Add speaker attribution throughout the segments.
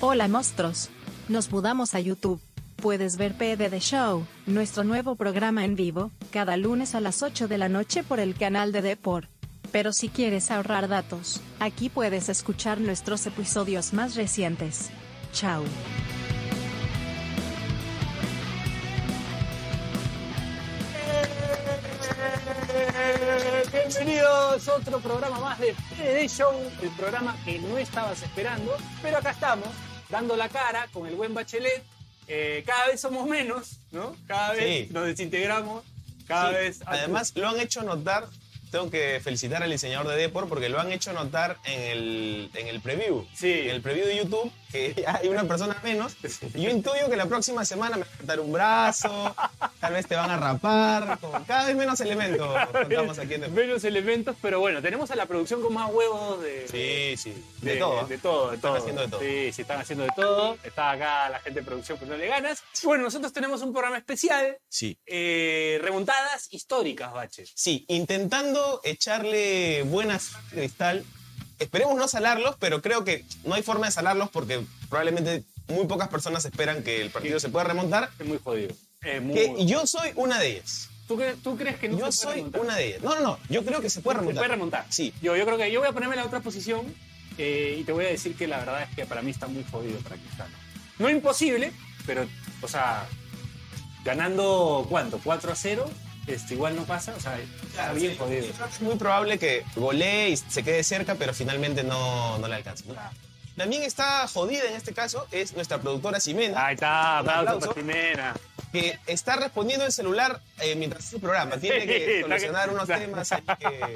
Speaker 1: Hola monstruos. Nos mudamos a YouTube. Puedes ver PD The Show, nuestro nuevo programa en vivo, cada lunes a las 8 de la noche por el canal de Deport. Pero si quieres ahorrar datos, aquí puedes escuchar nuestros episodios más recientes. Chao.
Speaker 2: Bienvenidos a otro programa más de PD Show, el programa que no estabas esperando, pero acá estamos, dando la cara con el buen Bachelet. Eh, cada vez somos menos, ¿no? Cada vez
Speaker 3: Sí.
Speaker 2: nos desintegramos, cada
Speaker 3: Sí.
Speaker 2: vez.
Speaker 3: Además, lo han hecho notar. Tengo que felicitar al diseñador de Depor porque lo han hecho notar en el, en el preview.
Speaker 2: Sí.
Speaker 3: En el preview de YouTube, que hay una persona menos. Y yo intuyo que la próxima semana me van a cortar un brazo, tal vez te van a rapar. con cada vez menos elementos contamos aquí en Depor.
Speaker 2: menos elementos, pero bueno, tenemos a la producción con más huevos de.
Speaker 3: Sí, sí. De, todo. ¿eh?
Speaker 2: De todo, de
Speaker 3: Están
Speaker 2: todo.
Speaker 3: haciendo de todo.
Speaker 2: Sí, sí, están haciendo de todo. Está acá la gente de producción pues no le ganas. Bueno, nosotros tenemos un programa especial,
Speaker 3: Sí.
Speaker 2: eh, remontadas históricas, Bache.
Speaker 3: Sí, intentando echarle buenas cristal. Esperemos no salarlos, pero creo que no hay forma de salarlos porque probablemente muy pocas personas esperan que el partido se pueda remontar.
Speaker 2: Es muy jodido. Es muy
Speaker 3: Que
Speaker 2: jodido.
Speaker 3: yo soy una de ellas.
Speaker 2: ¿Tú, cre- tú crees que no
Speaker 3: Yo
Speaker 2: se puede
Speaker 3: soy
Speaker 2: remontar?
Speaker 3: una de ellas. No, no, no. Yo creo que se puede
Speaker 2: Se puede
Speaker 3: remontar.
Speaker 2: remontar.
Speaker 3: Sí.
Speaker 2: Yo, yo creo que yo voy a ponerme en la otra posición eh, y te voy a decir que la verdad es que para mí está muy jodido para Cristiano. No imposible, pero, o sea, ganando, ¿cuánto? 4 a 0, este, igual no pasa, o sea, está bien
Speaker 3: Sí,
Speaker 2: jodido.
Speaker 3: Es muy probable que golee y se quede cerca, pero finalmente no, no le alcance. ¿no? También está jodida en este caso es nuestra productora Ximena,
Speaker 2: Ahí está, aplauso
Speaker 3: aplauso.
Speaker 2: para Jimena.
Speaker 3: que está respondiendo el celular eh, mientras hace el programa. Tiene
Speaker 2: Sí,
Speaker 3: que
Speaker 2: está
Speaker 3: solucionar
Speaker 2: que-
Speaker 3: unos temas. ahí que-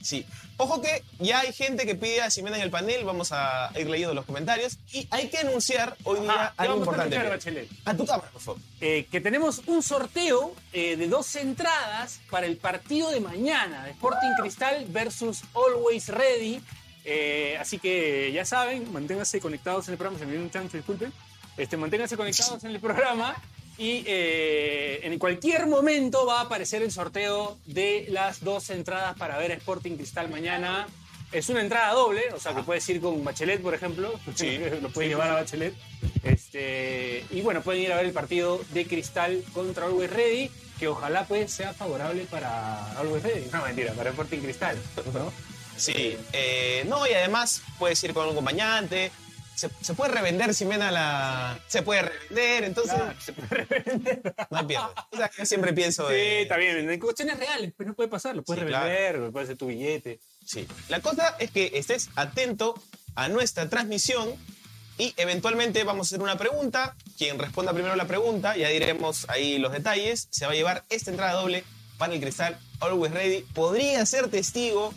Speaker 3: Sí. Ojo que ya hay gente que pide a Ximena en el panel. Vamos a ir leyendo los comentarios. Y hay que anunciar hoy día
Speaker 2: Ah, ya
Speaker 3: algo
Speaker 2: vamos
Speaker 3: importante.
Speaker 2: a escuchar, Bachelet.
Speaker 3: a tu cámara, por favor.
Speaker 2: Eh, que tenemos un sorteo eh, de dos entradas para el partido de mañana, de Sporting Cristal versus Always Ready. Eh, así que ya saben, manténganse conectados en el programa, se me dio un chance, disculpen. Este, manténganse conectados en el programa y eh, en cualquier momento va a aparecer el sorteo de las dos entradas para ver a Sporting Cristal mañana. Es una entrada doble, o sea que puedes ir con Bachelet, por ejemplo.
Speaker 3: Sí.
Speaker 2: Lo puedes llevar a Bachelet. Este, y bueno, pueden ir a ver el partido de Cristal contra Always Ready, que ojalá pues sea favorable para Always Ready. No, mentira, para Sporting Cristal. ¿no?
Speaker 3: Sí, eh, no, y además puedes ir con un acompañante. Se, se puede revender Ximena la. Se puede revender, entonces
Speaker 2: se puede revender.
Speaker 3: no pierdes. O sea, yo siempre pienso.
Speaker 2: Sí,
Speaker 3: de-
Speaker 2: está bien. En cuestiones reales, pues no puede pasar. Lo puedes
Speaker 3: Sí, claro.
Speaker 2: revender, puede ser tu billete.
Speaker 3: Sí. La cosa es que estés atento a nuestra transmisión y eventualmente vamos a hacer una pregunta. Quien responda primero la pregunta, ya diremos ahí los detalles, se va a llevar esta entrada doble para el cristal Always Ready. Podría ser testigo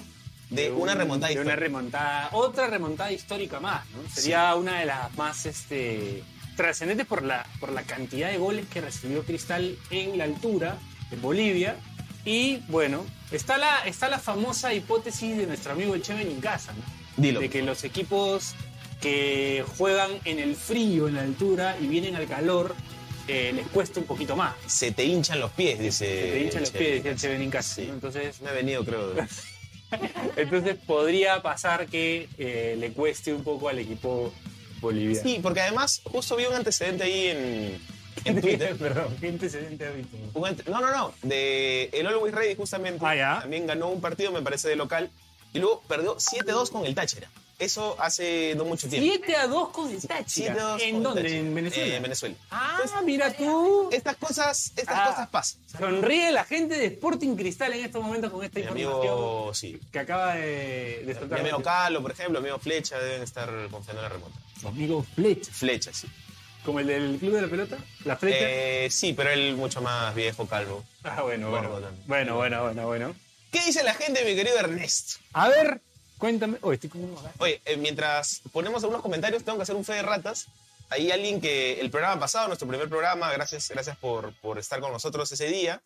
Speaker 3: de, una
Speaker 2: un-
Speaker 3: remontada
Speaker 2: de una
Speaker 3: histórica.
Speaker 2: remontada, otra remontada histórica más, ¿no? Sería una de las más este, trascendentes por la, por la cantidad de goles que recibió Cristal en la altura en Bolivia. Y bueno, está la, está la famosa hipótesis de nuestro amigo el Cheve Nincasa, ¿no?
Speaker 3: Dilo.
Speaker 2: de que los equipos que juegan en el frío, en la altura, y vienen al calor, eh, les cuesta un poquito más.
Speaker 3: Se te hinchan los pies, dice.
Speaker 2: Se te hinchan los
Speaker 3: Che.
Speaker 2: pies, decía el Cheve Nincasa.
Speaker 3: Sí.
Speaker 2: ¿no? Entonces,
Speaker 3: Me ha venido, creo. de-
Speaker 2: Entonces podría pasar que eh, le cueste un poco al equipo boliviano.
Speaker 3: Sí, porque además justo vi un antecedente ahí en, en Twitter.
Speaker 2: Perdón, ¿qué antecedente ha visto?
Speaker 3: Un ante- No, no, no. De el Always Ready justamente.
Speaker 2: Ah, ya.
Speaker 3: También ganó un partido, me parece, de local. Y luego perdió 7-2 con el Táchira. Eso hace no mucho tiempo.
Speaker 2: 7 a 2 con el Táchira.
Speaker 3: 7-2
Speaker 2: ¿En
Speaker 3: con
Speaker 2: dónde?
Speaker 3: Táchira.
Speaker 2: ¿En Venezuela?
Speaker 3: Eh, en Venezuela.
Speaker 2: Ah, mira tú.
Speaker 3: Estas cosas, estas
Speaker 2: Ah.
Speaker 3: cosas pasan.
Speaker 2: Sonríe la gente de Sporting Cristal en estos momentos con esta
Speaker 3: Mi
Speaker 2: información
Speaker 3: amigo, sí.
Speaker 2: que acaba de, de
Speaker 3: Mi
Speaker 2: soltar.
Speaker 3: amigo Calo, por ejemplo, mi amigo Flecha, deben estar confiando en la remota.
Speaker 2: Tu amigo Flecha.
Speaker 3: Flecha, sí.
Speaker 2: Como el del Club de la Pelota. La Flecha.
Speaker 3: Eh, sí, pero él mucho más viejo, calvo.
Speaker 2: ah, bueno, bueno.
Speaker 3: gordo también.
Speaker 2: Bueno, bueno, bueno, bueno.
Speaker 3: ¿Qué dice la gente, mi querido Ernesto?
Speaker 2: A ver, cuéntame. Oh, estoy como...
Speaker 3: Oye, eh, mientras ponemos algunos comentarios, tengo que hacer un fe de ratas. Hay alguien que el programa pasado, nuestro primer programa, gracias, gracias por, por estar con nosotros ese día.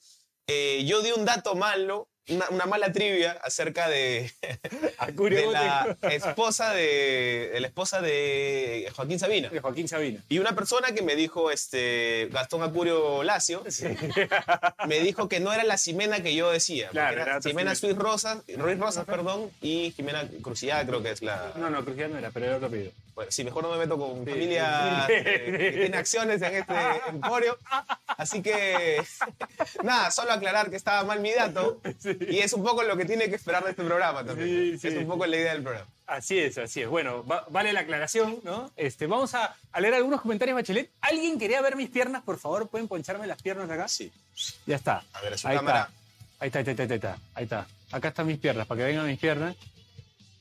Speaker 3: eh, yo di un dato malo una, una mala trivia acerca de, de
Speaker 2: Acurio
Speaker 3: la
Speaker 2: Gótico.
Speaker 3: esposa de, de la esposa de Joaquín Sabina.
Speaker 2: De Joaquín Sabina.
Speaker 3: Y una persona que me dijo, este, Gastón Acurio Lacio, me dijo que no era la Ximena que yo decía. porque
Speaker 2: Claro,
Speaker 3: era
Speaker 2: era otra
Speaker 3: Ximena Ruiz
Speaker 2: Ximena.
Speaker 3: Rosas, Ruiz Rosas, perdón, y Jimena Cruciada creo que es la...
Speaker 2: No, no, creo que ya no era, pero era otro apellido.
Speaker 3: Bueno, sí, mejor no me meto con
Speaker 2: Sí.
Speaker 3: familia
Speaker 2: Sí.
Speaker 3: eh, que tiene acciones en este emporio. Así que, nada, solo aclarar que estaba mal mi dato. Y es un poco lo que tiene que esperar de este programa también.
Speaker 2: Sí,
Speaker 3: Es
Speaker 2: sí.
Speaker 3: un poco la idea del programa.
Speaker 2: Así es, así es. Bueno, va- vale la aclaración, ¿no? Este, vamos a, a leer algunos comentarios, Bachelet. ¿Alguien quería ver mis piernas? Por favor, ¿pueden poncharme las piernas acá?
Speaker 3: Ah, Sí.
Speaker 2: Ya está.
Speaker 3: A ver, su
Speaker 2: Ahí
Speaker 3: cámara.
Speaker 2: está. Ahí está, ahí está, ahí está, ahí está. Ahí está. Acá están mis piernas, para que vengan mis piernas.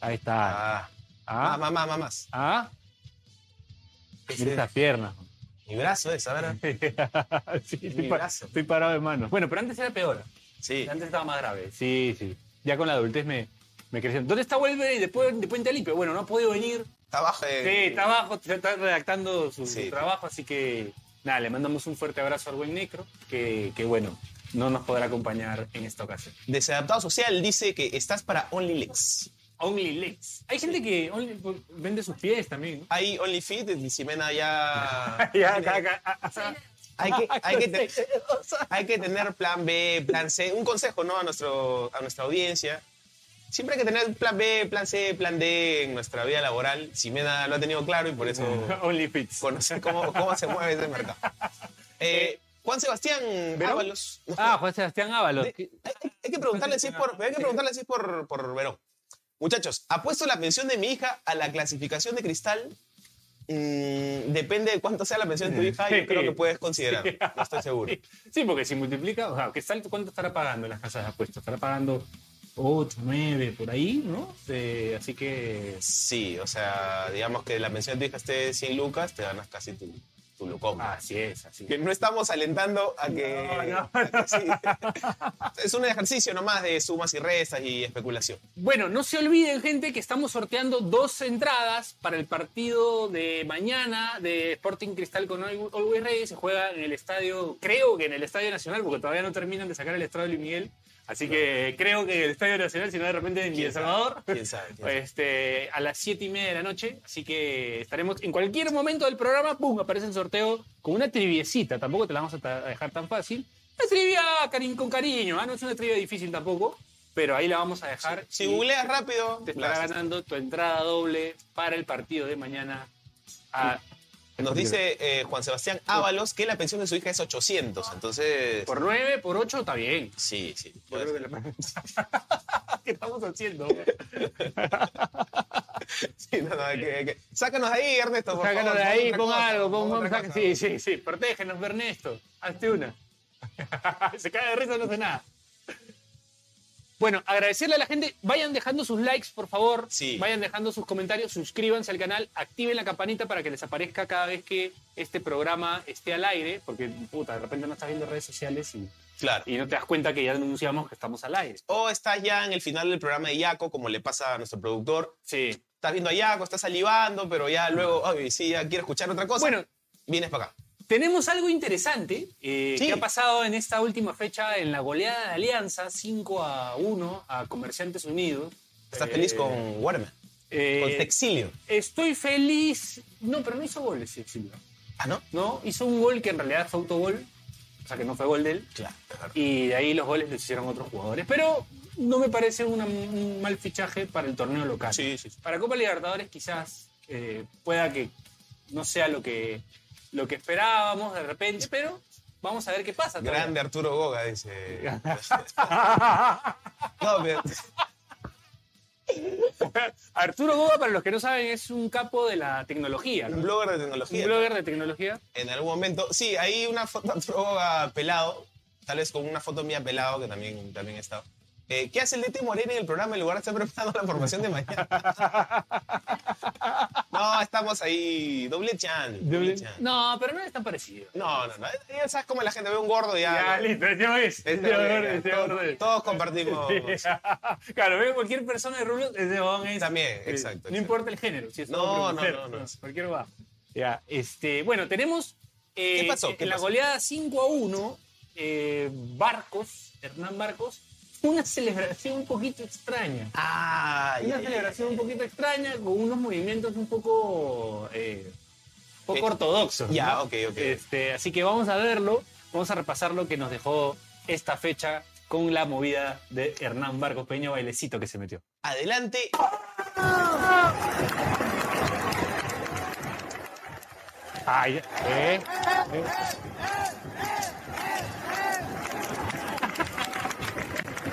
Speaker 2: Ahí está.
Speaker 3: Ah,
Speaker 2: Ah,
Speaker 3: más, más, más, más.
Speaker 2: ah. Mira estas piernas.
Speaker 3: Mi brazo es, a ver.
Speaker 2: Sí,
Speaker 3: Mi
Speaker 2: estoy, pa-
Speaker 3: brazo.
Speaker 2: estoy parado de manos. Bueno, pero antes era peor.
Speaker 3: Sí.
Speaker 2: Antes estaba más grave. Sí, sí. Ya con la adultez me, me crecieron. ¿Dónde está Wolverine de, Pue- de Puente Limpio? Bueno, no ha podido venir.
Speaker 3: Está abajo.
Speaker 2: Sí,
Speaker 3: de-
Speaker 2: está abajo, ya está redactando su, su
Speaker 3: Eh, Sí.
Speaker 2: trabajo, así que nada, le mandamos un fuerte abrazo al buen Necro, que, que bueno, no nos podrá acompañar en esta ocasión.
Speaker 3: Desadaptado social dice que estás para OnlyLex.
Speaker 2: Only Legs. Hay gente que only- pues, vende sus pies también. ¿no?
Speaker 3: Hay OnlyFit, y Ximena ya.
Speaker 2: Ya, acá, acá, ah, a- a-
Speaker 3: Hay que, hay, que te- hay que tener plan B, plan C. Un consejo, ¿no? A, nuestro, a nuestra audiencia. Siempre hay que tener plan B, plan C, plan D en nuestra vida laboral. Ximena lo ha tenido claro y por eso
Speaker 2: Only Fits.
Speaker 3: conoce cómo, cómo se mueve ese mercado. Eh, Juan Sebastián
Speaker 2: Verón.
Speaker 3: Ábalos. nos
Speaker 2: Ah, Juan Sebastián Ábalos.
Speaker 3: De- hay, hay que preguntarle si es por, hay que preguntarle si es por, por Verón. Muchachos, apuesto la pensión de mi hija a la clasificación de cristal. Mm, depende de cuánto sea la pensión de tu hija, yo creo que puedes considerar. No estoy seguro.
Speaker 2: Sí, porque si multiplica, o sea, ¿qué sal- ¿cuánto estará pagando en las casas de apuestas? Estará pagando 8, 9, por ahí, ¿no? Eh, así que...
Speaker 3: Sí, o sea, digamos que la pensión de tu hija esté 100 lucas, te ganas casi tu, tu lucón.
Speaker 2: Así es, así
Speaker 3: Que no estamos alentando a que.
Speaker 2: Ah, No, no.
Speaker 3: a que sí. es un ejercicio nomás de sumas y restas y especulación.
Speaker 2: Bueno, no se olviden, gente, que estamos sorteando dos entradas para el partido de mañana de Sporting Cristal con Al- Always Ready. Se juega en el estadio, creo que en el Estadio Nacional, porque todavía no terminan de sacar el estadio de Luis Miguel. Así que creo que en el Estadio Nacional, si no de repente en
Speaker 3: ¿Quién
Speaker 2: El
Speaker 3: sabe?
Speaker 2: Salvador.
Speaker 3: ¿Quién sabe? quién sabe.
Speaker 2: Este, a las 7 y media de la noche, así que estaremos en cualquier momento del programa, ¡pum! aparece el sorteo con una triviecita, tampoco te la vamos a, ta- a dejar tan fácil. Una trivia cari- con cariño, ¿ah? no es una trivia difícil tampoco, pero ahí la vamos a dejar.
Speaker 3: Si
Speaker 2: y
Speaker 3: googleas rápido,
Speaker 2: te estará
Speaker 3: la-
Speaker 2: ganando tu entrada doble para el partido de mañana. a-
Speaker 3: Nos dice eh, Juan Sebastián Ábalos que la pensión de su hija es 800. Entonces.
Speaker 2: por 9, por 8, está bien.
Speaker 3: Sí, sí.
Speaker 2: ¿Qué estamos haciendo?
Speaker 3: Sí, no, no, hay que- hay que- Sácanos de ahí, Ernesto. por
Speaker 2: Sácanos
Speaker 3: favor,
Speaker 2: de ahí,
Speaker 3: otra
Speaker 2: pon
Speaker 3: cosa,
Speaker 2: algo, pon,
Speaker 3: otra
Speaker 2: pon-
Speaker 3: cosa.
Speaker 2: saca- Sí, sí, sí, protégenos, Ernesto. Hazte una. Se cae de risa, no hace nada. Bueno, agradecerle a la gente. Vayan dejando sus likes, por favor.
Speaker 3: Sí.
Speaker 2: Vayan dejando sus comentarios, suscríbanse al canal, activen la campanita para que les aparezca cada vez que este programa esté al aire, porque puta, de repente no estás viendo redes sociales y,
Speaker 3: Claro.
Speaker 2: y no te das cuenta que ya anunciamos que estamos al aire.
Speaker 3: O estás ya en el final del programa de Yaco, como le pasa a nuestro productor.
Speaker 2: Sí.
Speaker 3: Estás viendo a Yaco, estás salivando, pero ya luego, ay, sí, ya quiero escuchar otra cosa.
Speaker 2: Bueno,
Speaker 3: vienes para acá.
Speaker 2: Tenemos algo interesante eh,
Speaker 3: Sí.
Speaker 2: que ha pasado en esta última fecha en la goleada de Alianza 5 a 1 a Comerciantes Unidos.
Speaker 3: Estás
Speaker 2: Eh,
Speaker 3: feliz con Waterman,
Speaker 2: eh,
Speaker 3: con Texilio.
Speaker 2: Estoy feliz. No, pero no hizo goles, sí, sí, no.
Speaker 3: Ah, ¿no?
Speaker 2: No, hizo un gol que en realidad fue autogol, o sea que no fue gol de él.
Speaker 3: Claro. claro.
Speaker 2: Y de ahí los goles los hicieron otros jugadores. Pero no me parece una- un mal fichaje para el torneo local.
Speaker 3: Sí, sí, sí.
Speaker 2: Para Copa Libertadores quizás eh, pueda que no sea lo que, lo que esperábamos de repente, pero vamos a ver qué pasa.
Speaker 3: Grande Arturo Goga, dice. No, pero-
Speaker 2: Arturo Goba, para los que no saben, es un capo de la tecnología. ¿no?
Speaker 3: un blogger de
Speaker 2: Un
Speaker 3: tecnología.
Speaker 2: blogger de tecnología.
Speaker 3: en algún momento. Sí, hay una foto a Proga pelado, tal vez con una foto mía pelado, que también, también he estado. Eh, ¿Qué hace el DT Moreno en el programa en lugar de estar preparando la formación de mañana? no, estamos ahí doble chan. Doble chan.
Speaker 2: No, pero no es tan parecido.
Speaker 3: No, no, no. Ya sabes cómo la gente ve un gordo y ya.
Speaker 2: Ya,
Speaker 3: Este,
Speaker 2: listo, ya ves.
Speaker 3: Es-
Speaker 2: Ya ves, ya
Speaker 3: todos,
Speaker 2: ves.
Speaker 3: todos compartimos.
Speaker 2: claro, veo cualquier persona de Rulos, ese huevón es.
Speaker 3: También,
Speaker 2: eh,
Speaker 3: exacto,
Speaker 2: No
Speaker 3: exacto.
Speaker 2: importa el género, si es
Speaker 3: No,
Speaker 2: hombre o
Speaker 3: no,
Speaker 2: mujer,
Speaker 3: no, no.
Speaker 2: Cualquier va. Ya, este, bueno, tenemos. eh,
Speaker 3: ¿Qué pasó? ¿Qué
Speaker 2: en la
Speaker 3: pasó?
Speaker 2: goleada 5 a 1, eh, Barcos, Hernán Barcos, una celebración un poquito extraña.
Speaker 3: Ah,
Speaker 2: Una
Speaker 3: ya, ya, ya.
Speaker 2: celebración un poquito extraña con unos movimientos un poco, eh, poco
Speaker 3: Eh,
Speaker 2: ortodoxos.
Speaker 3: Ya,
Speaker 2: ¿no?
Speaker 3: ok, ok.
Speaker 2: Este, así que vamos a verlo, vamos a repasar lo que nos dejó esta fecha con la movida de Hernán Barcos Peña bailecito que se metió.
Speaker 3: Adelante.
Speaker 2: Ay, ¿eh? ¿eh?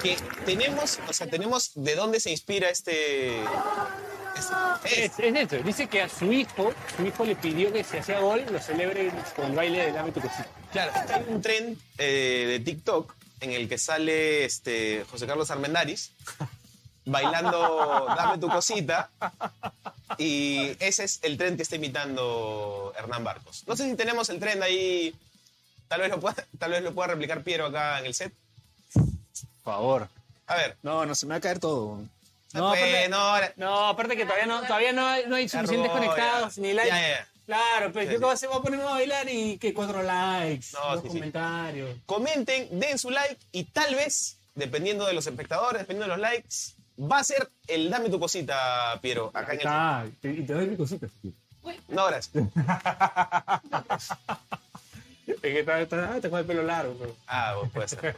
Speaker 3: Que tenemos, o sea, tenemos de dónde se inspira este. este-
Speaker 2: Es, es eso, dice que a su hijo, su hijo le pidió que si hacía gol lo celebre con el baile del ámbito cosita.
Speaker 3: Claro, hay un tren eh, de TikTok en el que sale este, José Carlos Armendaris bailando Dame tu cosita. Y ese es el tren que está imitando Hernán Barcos. No sé si tenemos el tren ahí. Tal vez lo pueda, tal vez lo pueda replicar Piero acá en el set.
Speaker 2: Por favor.
Speaker 3: A ver.
Speaker 2: No, no, se me va a caer todo.
Speaker 3: No,
Speaker 2: No,
Speaker 3: pues,
Speaker 2: aparte,
Speaker 3: no, ahora-
Speaker 2: no, aparte que todavía no, todavía no, hay- no hay
Speaker 3: ya
Speaker 2: suficientes
Speaker 3: robó, ya.
Speaker 2: conectados, ni
Speaker 3: Ya,
Speaker 2: likes.
Speaker 3: ya, ya.
Speaker 2: Claro, pero
Speaker 3: Sí,
Speaker 2: yo
Speaker 3: sí.
Speaker 2: cómo se va a ponerme a bailar y que cuatro likes,
Speaker 3: No,
Speaker 2: dos
Speaker 3: sí, sí.
Speaker 2: comentarios.
Speaker 3: Comenten, den su like y tal vez, dependiendo de los espectadores, dependiendo de los likes, va a ser el Dame tu cosita, Piero. Acá en el
Speaker 2: Está, y te- y te doy mi cosita.
Speaker 3: No, gracias.
Speaker 2: Es que está- está- ah, tengo el pelo largo. pero-
Speaker 3: Ah, vos puede ser.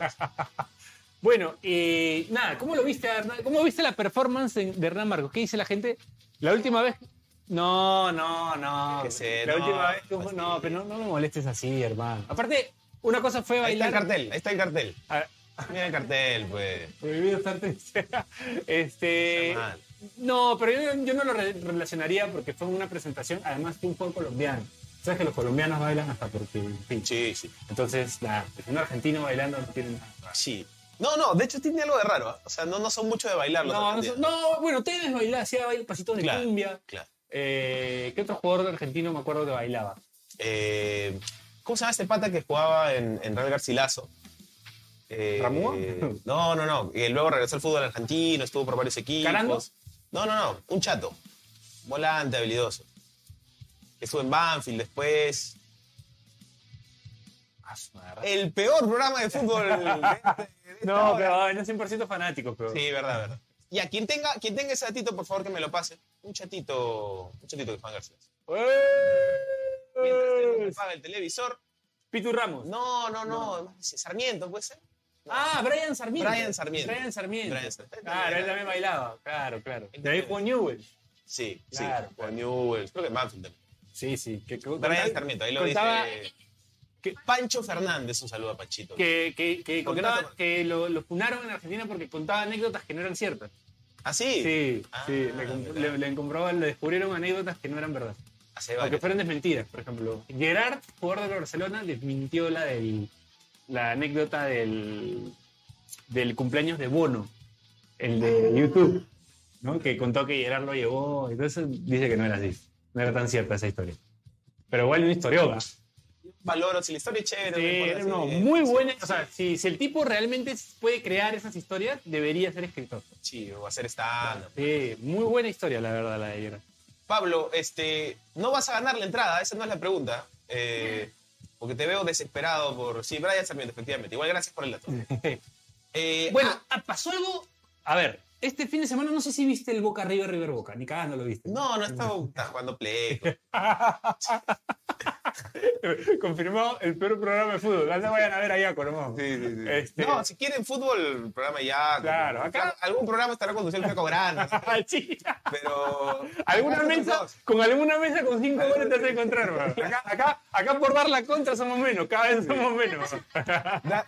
Speaker 2: Bueno, eh, nada, ¿cómo lo viste, Hernán? ¿Cómo viste la performance de, de Hernán Marcos? ¿Qué dice la gente? La última vez. No, no, no.
Speaker 3: Que se-
Speaker 2: la
Speaker 3: no,
Speaker 2: última vez que
Speaker 3: no,
Speaker 2: hubo- No, pero no, no me molestes así, hermano. Aparte, una cosa fue
Speaker 3: Ahí está
Speaker 2: bailar.
Speaker 3: el cartel, ahí está el cartel.
Speaker 2: Ah,
Speaker 3: Mira el cartel, pues.
Speaker 2: prohibido estar triste. este.
Speaker 3: Está mal.
Speaker 2: No, pero yo, yo no lo re- relacionaría porque fue una presentación, además fue un juego colombiano. Sabes que los colombianos bailan hasta porque. en fin.
Speaker 3: Sí, sí.
Speaker 2: Entonces, nada, pues, un argentino bailando no tiene nada.
Speaker 3: Sí. No, no, de hecho tiene algo de raro. ¿ah? O sea, no, no son mucho de bailar los
Speaker 2: No, no,
Speaker 3: argentinos.
Speaker 2: no, bueno, Tevez bailaba, hacía baile pasitos de
Speaker 3: Claro.
Speaker 2: cumbia.
Speaker 3: Claro.
Speaker 2: Eh, ¿Qué otro jugador argentino me acuerdo que bailaba?
Speaker 3: Eh, ¿Cómo se llama este pata que jugaba en, en Real Garcilaso? Eh,
Speaker 2: ¿Ramón?
Speaker 3: No, no, no. Que luego regresó al fútbol argentino, estuvo por varios equipos.
Speaker 2: ¿Carando?
Speaker 3: No, no, no. Un chato. Volante, habilidoso. Que estuvo en Banfield después.
Speaker 2: Ah,
Speaker 3: El peor programa de fútbol. de este- de esta
Speaker 2: No,
Speaker 3: hora.
Speaker 2: pero ay, no es 100% fanático, pero.
Speaker 3: Sí, verdad, verdad. Y a quien tenga, quien tenga ese datito, por favor, que me lo pase. Un chatito, un chatito que Juan García. Mientras él no me
Speaker 2: ¡Eh!
Speaker 3: paga el televisor.
Speaker 2: Pitu Ramos.
Speaker 3: No, no, no. Sarmiento, ¿puede ser?
Speaker 2: Ah, Brian Sarmiento.
Speaker 3: Brian Sarmiento.
Speaker 2: Brian Sarmiento.
Speaker 3: Brian Sarmiento.
Speaker 2: Claro, él también bailaba. Claro, claro.
Speaker 3: Él
Speaker 2: De ahí
Speaker 3: también.
Speaker 2: jugó Newell.
Speaker 3: Sí,
Speaker 2: Claro.
Speaker 3: sí. Juan Newell. Creo que Manfield también.
Speaker 2: Sí, sí. Que, que-
Speaker 3: Brian
Speaker 2: contaba-
Speaker 3: Sarmiento, ahí lo
Speaker 2: contaba
Speaker 3: dice. eh, Pancho Fernández, un saludo a Panchito.
Speaker 2: Que, que, que,
Speaker 3: ¿Por qué no
Speaker 2: contaba
Speaker 3: te-
Speaker 2: que lo, lo funaron en Argentina porque contaba anécdotas que no eran ciertas.
Speaker 3: ¿Ah, sí?
Speaker 2: Sí,
Speaker 3: Ah,
Speaker 2: sí, le, comp-
Speaker 3: verdad.
Speaker 2: le, le comprobaban- le descubrieron anécdotas que no eran verdad.
Speaker 3: Hace
Speaker 2: Aunque
Speaker 3: varios.
Speaker 2: fueran desmentidas, por ejemplo. Gerard, jugador de Barcelona, desmintió la del, la anécdota del, del cumpleaños de Bono, el de YouTube, ¿no? que contó que Gerard lo llevó. Entonces dice que no era así, no era tan cierta esa historia. Pero igual una historioga.
Speaker 3: Valoro, si la historia es chévere. no
Speaker 2: Sí,
Speaker 3: importa,
Speaker 2: era
Speaker 3: sí,
Speaker 2: uno
Speaker 3: eh,
Speaker 2: muy
Speaker 3: sí,
Speaker 2: buena.
Speaker 3: sí,
Speaker 2: O sea, si, si el tipo realmente puede crear esas historias, debería ser escritor.
Speaker 3: Sí, o hacer stand
Speaker 2: Sí, muy buena historia, la verdad, la de Gerard.
Speaker 3: Pablo, este, no vas a ganar la entrada, esa no es la pregunta. eh, porque te veo desesperado por. Sí, Brian Sarmiento, efectivamente. Igual gracias por el dato. Eh,
Speaker 2: Bueno,
Speaker 3: ah,
Speaker 2: ah, pasó algo. A ver, este fin de semana no sé si viste el Boca River River Boca, ni cagando lo viste.
Speaker 3: no, no estaba estaba jugando play.
Speaker 2: Confirmado el peor programa de fútbol. No se vayan a ver allá, Colomón. Este-
Speaker 3: No, si quieren fútbol, programa ya.
Speaker 2: Claro, acá-
Speaker 3: Algún programa estará conduciendo el Flaco Grande,
Speaker 2: Sí.
Speaker 3: pero.
Speaker 2: Alguna
Speaker 3: acá nosotros
Speaker 2: mesa,
Speaker 3: dos.
Speaker 2: con alguna mesa con cinco goles te vas a encontrar, weón. acá, acá, acá por dar la contra somos menos, cada vez somos menos.
Speaker 3: Da,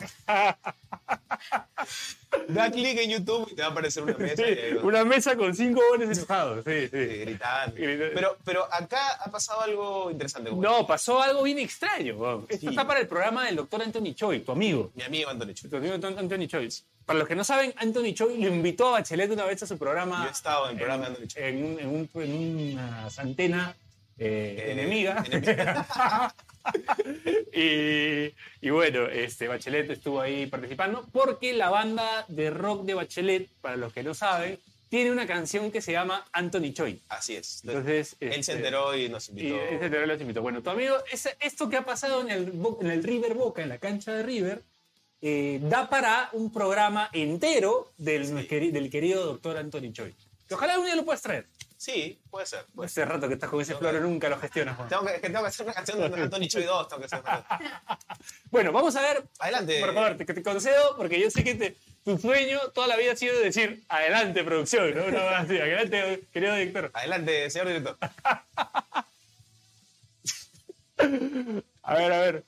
Speaker 3: da clic en YouTube y te va a aparecer una mesa.
Speaker 2: Sí,
Speaker 3: y ahí va.
Speaker 2: una mesa con cinco goles enojados. Sí,
Speaker 3: Sí,
Speaker 2: sí.
Speaker 3: gritando.
Speaker 2: Gritando.
Speaker 3: Pero, pero acá ha pasado algo interesante. como
Speaker 2: No, pasó algo bien extraño. weón. Esto
Speaker 3: Sí.
Speaker 2: está para el programa del doctor Anthony Choi, tu amigo.
Speaker 3: Mi amigo Antonio Chuta.
Speaker 2: Tu amigo Ant- Anthony Choi. Para los que no saben, Anthony Choi lo invitó a Bachelet una vez a su programa.
Speaker 3: Yo he estado en el programa de Anthony Choi.
Speaker 2: En, un- en un- en una antena eh,
Speaker 3: Eh,
Speaker 2: enemiga. y, y bueno, este, Bachelet estuvo ahí participando porque la banda de rock de Bachelet, para los que no saben, tiene una canción que se llama Anthony Choi.
Speaker 3: Así es.
Speaker 2: Entonces,
Speaker 3: él
Speaker 2: este,
Speaker 3: se enteró y nos
Speaker 2: y
Speaker 3: invitó.
Speaker 2: ese te los invito. Bueno, tu amigo, ese- esto que ha pasado en el, Bo- en el River Boca, en la cancha de River, eh, da para un programa entero del, queri- del querido doctor Anthony Choi. Que Ojalá algún día lo puedas traer.
Speaker 3: Sí, puede ser. puede
Speaker 2: Pues Hace rato que estás con ese floro, nunca lo gestionas,
Speaker 3: ser.
Speaker 2: Juan.
Speaker 3: Tengo que, que tengo que hacer una canción de Anthony Choi 2. Tengo que hacer una-
Speaker 2: Bueno, vamos a ver.
Speaker 3: Adelante.
Speaker 2: Por favor, te, te concedo, porque yo sé que te- tu sueño toda la vida ha sido decir, adelante, producción. ¿no? Una cosa así, adelante, querido director.
Speaker 3: Adelante, señor director.
Speaker 2: A ver, a ver.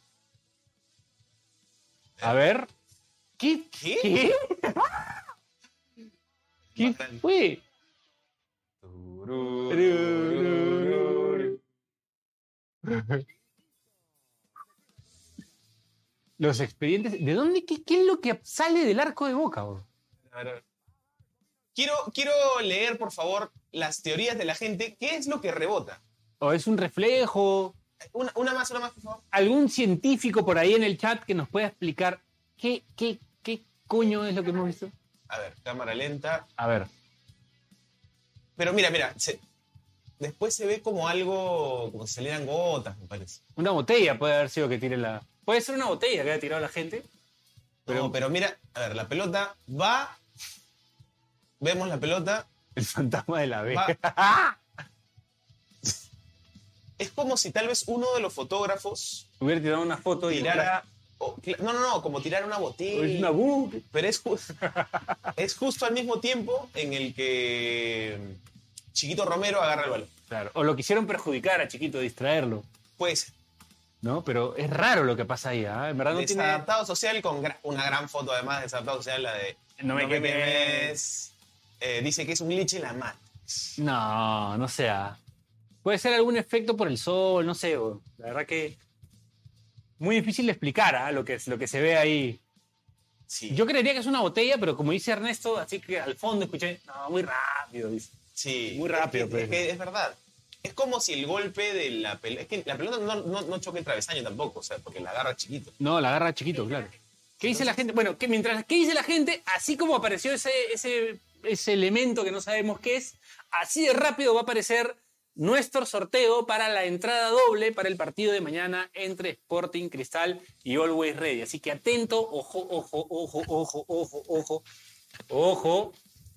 Speaker 2: A ver. ¿Qué?
Speaker 3: ¿Qué?
Speaker 2: ¿Qué? ¿Qué
Speaker 3: Bastante.
Speaker 2: fue? Los expedientes. ¿De dónde? ¿Qué, qué es lo que sale del arco de boca? bro?
Speaker 3: Quiero, quiero leer, por favor, las teorías de la gente. ¿Qué es lo que rebota?
Speaker 2: ¿O es un reflejo?
Speaker 3: Una, una más, una más, por favor.
Speaker 2: ¿Algún científico por ahí en el chat que nos pueda explicar qué, qué, qué coño es lo que hemos visto?
Speaker 3: A ver, cámara lenta.
Speaker 2: A ver.
Speaker 3: Pero mira, mira. se- después se ve como algo, como si salieran gotas, me parece.
Speaker 2: Una botella puede haber sido que tire la. Puede ser una botella que haya tirado la gente.
Speaker 3: Pero,
Speaker 2: Pero-
Speaker 3: pero mira, a ver, la pelota va. Vemos la pelota.
Speaker 2: El fantasma de la
Speaker 3: abeja.
Speaker 2: ¡Ah!
Speaker 3: Es como si tal vez uno de los fotógrafos
Speaker 2: Hubiera tirado una foto y.
Speaker 3: tirara. o- cl- no, no, no, como tirar una botella.
Speaker 2: Es una bu-
Speaker 3: Pero es, ju- es justo al mismo tiempo en el que Chiquito Romero agarra el balón.
Speaker 2: Claro. O lo quisieron perjudicar a Chiquito, distraerlo.
Speaker 3: Pues,
Speaker 2: ¿No? Pero es raro lo que pasa ahí, ¿ah? En verdad no tiene.
Speaker 3: Desadaptado Social, con gra- una gran foto además de Desadaptado Social, la de
Speaker 2: No me quemes.
Speaker 3: quemes. Eh, dice que es un glitch en la mano.
Speaker 2: No, no sea. Puede ser algún efecto por el sol, no sé. bo. La verdad que. Muy difícil de explicar ¿ah? lo, que, lo que se ve ahí.
Speaker 3: Sí,
Speaker 2: Yo creería que es una botella, pero como dice Ernesto, así que al fondo escuché, no, muy rápido, dice.
Speaker 3: sí.
Speaker 2: muy rápido,
Speaker 3: Es que, es
Speaker 2: pero-
Speaker 3: que es verdad. Es como si el golpe de la pelota. Es que la pelota no, no, no choque el travesaño tampoco, o sea, porque la agarra chiquito.
Speaker 2: No, la agarra chiquito, claro. ¿Qué dice la gente? Bueno, que mientras, ¿qué dice la gente? Así como apareció ese, ese, ese elemento que no sabemos qué es, así de rápido va a aparecer nuestro sorteo para la entrada doble para el partido de mañana entre Sporting Cristal y Always Ready. Así que atento, ojo, ojo, ojo, ojo, ojo, ojo, ojo,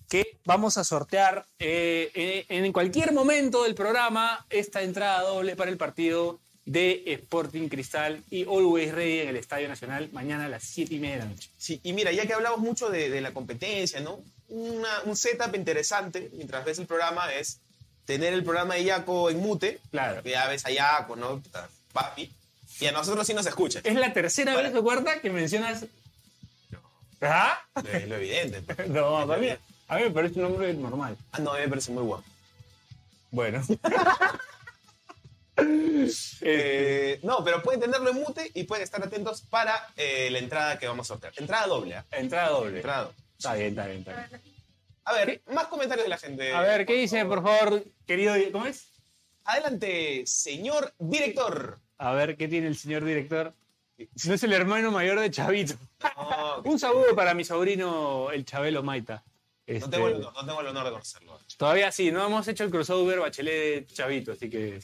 Speaker 2: que vamos a sortear eh, eh, en cualquier momento del programa esta entrada doble para el partido de Sporting Cristal y Always Ready en el Estadio Nacional mañana a las 7 y media de la noche.
Speaker 3: Sí, y mira, ya que hablamos mucho de, de la competencia, ¿no? Una- un setup interesante mientras ves el programa es tener el programa de Yaco en mute.
Speaker 2: Claro.
Speaker 3: Ya ves a Yaco, ¿no? Puta, Papi. Y a nosotros sí nos escucha.
Speaker 2: Es la tercera
Speaker 3: Para-
Speaker 2: vez o cuarta que mencionas. ¿Ah?
Speaker 3: Es lo evidente. pues.
Speaker 2: No, para mí, a mí me parece un nombre normal.
Speaker 3: Ah, no, a mí me parece muy guapo.
Speaker 2: Bueno.
Speaker 3: Eh, no, pero pueden tenerlo en mute y pueden estar atentos para eh, la entrada que vamos a sortear. Entrada doble, ¿ah?
Speaker 2: entrada doble.
Speaker 3: Entrada doble.
Speaker 2: Está bien, está bien, está bien.
Speaker 3: A ver, más comentarios de la gente.
Speaker 2: A ver, ¿qué dice, por favor, querido? ¿Cómo es?
Speaker 3: Adelante, señor director.
Speaker 2: A ver, ¿qué tiene el señor director? No es el hermano mayor de Chavito.
Speaker 3: No,
Speaker 2: Un saludo para mi sobrino, el Chabelo Maita.
Speaker 3: no
Speaker 2: Este,
Speaker 3: tengo el honor, no tengo el honor de conocerlo.
Speaker 2: Todavía sí, no hemos hecho el crossover bachelet de Chavito, así que.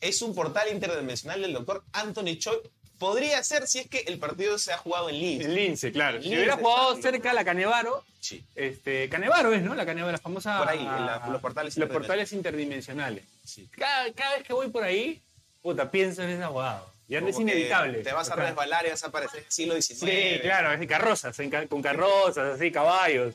Speaker 3: es un portal interdimensional del doctor Anthony Choi. Podría ser si es que el partido se ha jugado en línea.
Speaker 2: Lince, claro. Si
Speaker 3: Lince,
Speaker 2: hubiera jugado
Speaker 3: está bien.
Speaker 2: cerca la Canevaro,
Speaker 3: Sí.
Speaker 2: este, Canevaro es, ¿no? La Canevaro, la famosa.
Speaker 3: Por ahí, en la- los portales
Speaker 2: los portales interdimensionales.
Speaker 3: Sí.
Speaker 2: Cada, cada vez que voy por ahí, puta, pienso en ese abogado. Ya
Speaker 3: Como
Speaker 2: es
Speaker 3: que
Speaker 2: inevitable.
Speaker 3: Te vas a
Speaker 2: O sea,
Speaker 3: resbalar y vas a aparecer en el siglo XIX.
Speaker 2: Sí, claro, es de carrozas, en ca- con carrozas, así, caballos.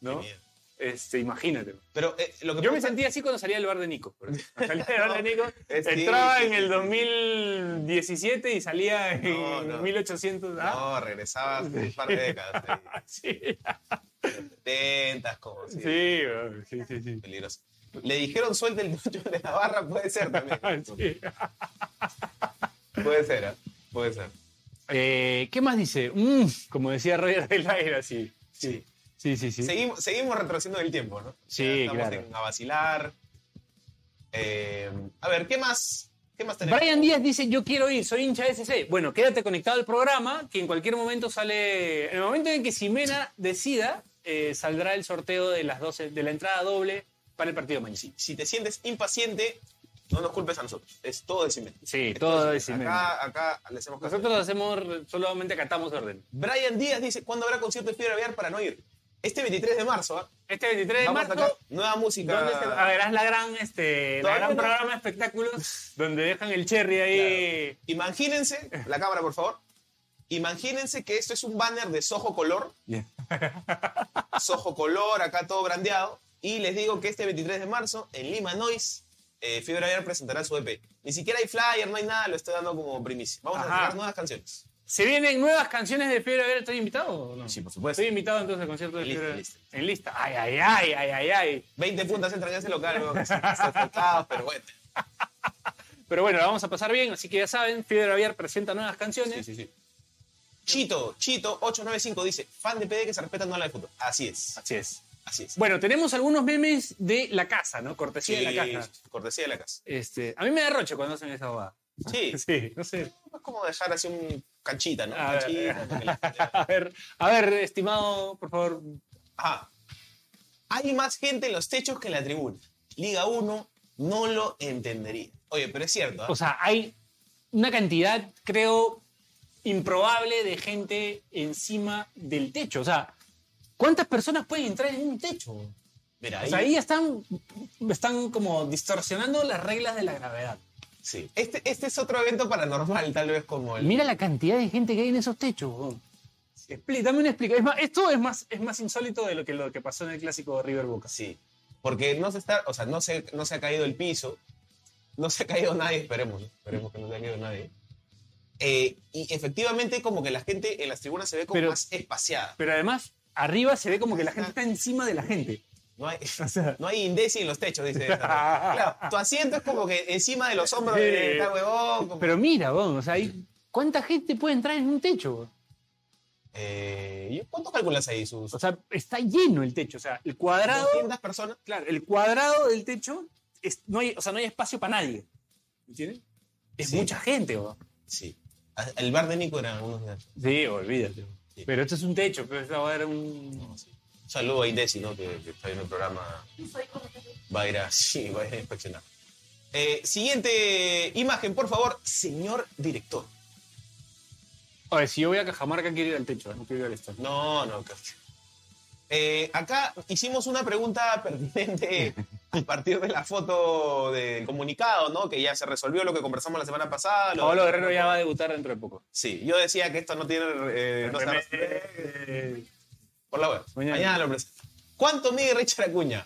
Speaker 2: ¿No?
Speaker 3: Qué miedo.
Speaker 2: Este, imagínate.
Speaker 3: Pero eh, lo que
Speaker 2: Yo me
Speaker 3: pasa-
Speaker 2: sentí así cuando salía del bar de Nico. Cuando salía del bar de Nico,
Speaker 3: es-
Speaker 2: entraba
Speaker 3: sí, sí,
Speaker 2: en el
Speaker 3: sí.
Speaker 2: 2017 y salía en
Speaker 3: No, no.
Speaker 2: 1800. ¿ah?
Speaker 3: No, regresabas un par de décadas. eh,
Speaker 2: Sí,
Speaker 3: Tentas, como si.
Speaker 2: sí, weón, sí, sí, sí.
Speaker 3: Peligroso. Le dijeron suelta el ducho de la barra, puede ser también.
Speaker 2: Ah, Sí.
Speaker 3: Puede ser, ¿ah? puede ser.
Speaker 2: Eh, ¿Qué más dice? Mm, como decía Roger del Aire, así.
Speaker 3: Sí.
Speaker 2: Sí, sí, sí.
Speaker 3: Seguimos, seguimos retrocediendo el tiempo, ¿no?
Speaker 2: Sí,
Speaker 3: Ya estamos
Speaker 2: claro.
Speaker 3: en a vacilar. Eh, a ver, ¿qué más? ¿Qué más tenemos?
Speaker 2: Brian Díaz dice, yo quiero ir, soy hincha de SC. Bueno, quédate conectado al programa, que en cualquier momento sale, en el momento en que Ximena decida, eh, saldrá el sorteo de las 12, de la entrada doble para el partido de mañana.
Speaker 3: Si, si te sientes impaciente, No nos culpes a nosotros. Es todo de Cimento.
Speaker 2: Sí, todo es Cimento.
Speaker 3: Acá, acá le hacemos caso.
Speaker 2: Nosotros hacemos, solamente acatamos orden.
Speaker 3: Brian Díaz dice, ¿cuándo habrá concierto de Fiebre Aviar para no ir? Este 23 de marzo, ¿ah?
Speaker 2: Este 23 de
Speaker 3: Vamos a sacar
Speaker 2: marzo,
Speaker 3: nueva música.
Speaker 2: ¿dónde se- a ver, haz la gran, este, la
Speaker 3: Todavía
Speaker 2: gran
Speaker 3: no.
Speaker 2: programa de espectáculos donde dejan el cherry ahí.
Speaker 3: Eh, Imagínense, la cámara, por favor. Imagínense que esto es un banner de Sojo Color. Sojo Color, acá todo brandeado. Y les digo que este 23 de marzo, en Lima Noise, eh, Fiebre Aviar presentará su EP. Ni siquiera hay flyer, no hay nada, lo estoy dando como primicia. Vamos
Speaker 2: Ajá.
Speaker 3: a sacar nuevas canciones.
Speaker 2: ¿Se vienen nuevas canciones de Fiebre Aviar? ¿Estoy invitado o no?
Speaker 3: Sí, por supuesto.
Speaker 2: Estoy invitado entonces al concierto de
Speaker 3: En lista,
Speaker 2: Fiebre
Speaker 3: en
Speaker 2: Aviar.
Speaker 3: lista.
Speaker 2: En lista. Ay, ay, ay, ay, ay, ay.
Speaker 3: 20 puntas entran en ese local, weón, que están sofocados, pero bueno.
Speaker 2: Pero bueno, la vamos a pasar bien, así que ya saben, Fiebre Aviar presenta nuevas canciones.
Speaker 3: Chito, Chito 895 dice, fan de PD que se respeta no habla de fútbol. Así es,
Speaker 2: Así es.
Speaker 3: así es.
Speaker 2: Bueno, tenemos algunos memes de la casa, ¿no? Cortesía de la casa.
Speaker 3: Cortesía de la casa.
Speaker 2: Este, a mí me da roche cuando hacen esa bobada.
Speaker 3: Sí,
Speaker 2: Sí, no sé.
Speaker 3: es como dejar así un canchita, ¿no?
Speaker 2: A ver.
Speaker 3: Canchita, porque la-
Speaker 2: A ver, a ver, estimado, por favor.
Speaker 3: Ajá. Hay más gente en los techos que en la tribuna. Liga 1 no lo entendería. Oye, pero es cierto, ¿ah?
Speaker 2: O sea, hay una cantidad, creo, improbable de gente encima del techo. O sea, ¿cuántas personas pueden entrar en un techo?
Speaker 3: Mira,
Speaker 2: O
Speaker 3: ahí-
Speaker 2: sea, pues ahí están, están como distorsionando las reglas de la gravedad.
Speaker 3: sí. Este, este es otro evento paranormal, tal vez como el...
Speaker 2: Mira la cantidad de gente que hay en esos techos. weón. Expli- Dame una explicación. Es más, esto es más, es más insólito de lo que, lo que pasó en el clásico de River Boca.
Speaker 3: Sí. Porque no se está, o sea, no se, no se ha caído el piso, no se ha caído nadie, esperemos, ¿no? esperemos que no se haya caído nadie. Eh, y efectivamente como que la gente en las tribunas se ve como
Speaker 2: Pero-
Speaker 3: más espaciada.
Speaker 2: Pero además, arriba se ve como que la gente está encima de la gente.
Speaker 3: No hay,
Speaker 2: O sea,
Speaker 3: no hay indeci en los techos, dice. esta. claro, tu asiento es como que encima de los hombros de
Speaker 2: Sí.
Speaker 3: tal huevón. como-
Speaker 2: Pero mira, weón, o sea, hay- ¿cuánta gente puede entrar en un techo?
Speaker 3: Eh, ¿y ¿Cuánto calculas ahí? Sus
Speaker 2: O sea, está lleno el techo, o sea, el cuadrado,
Speaker 3: 200 personas.
Speaker 2: claro, el cuadrado del techo, es- no hay, o sea, no hay espacio para nadie. ¿Entiendes? Es
Speaker 3: Sí.
Speaker 2: mucha gente, weón.
Speaker 3: Sí. A- El bar de Nico era unos de-
Speaker 2: Sí, olvídate.
Speaker 3: Sí.
Speaker 2: Pero esto es un techo, pero esta va a ser un...
Speaker 3: no, sí. Un saludo a Indesi, ¿no? Que, que está viendo el programa. Va a ir a, sí, va a ir a inspeccionar. Eh, siguiente imagen, por favor, señor director.
Speaker 2: Oye, si yo voy a Cajamarca, quiero ir al techo, no quiero ir al estadio.
Speaker 3: No, no. que- Eh, acá hicimos una pregunta pertinente a partir de la foto del comunicado, ¿no? Que ya se resolvió lo que conversamos la semana pasada. lo-
Speaker 2: Pablo Guerrero ya va a debutar dentro de poco.
Speaker 3: Sí, yo decía que esto no tiene... eh, no se resuelve. Por la web.
Speaker 2: Mañana.
Speaker 3: Mañana, lo presento. ¿Cuánto mide Richard Acuña?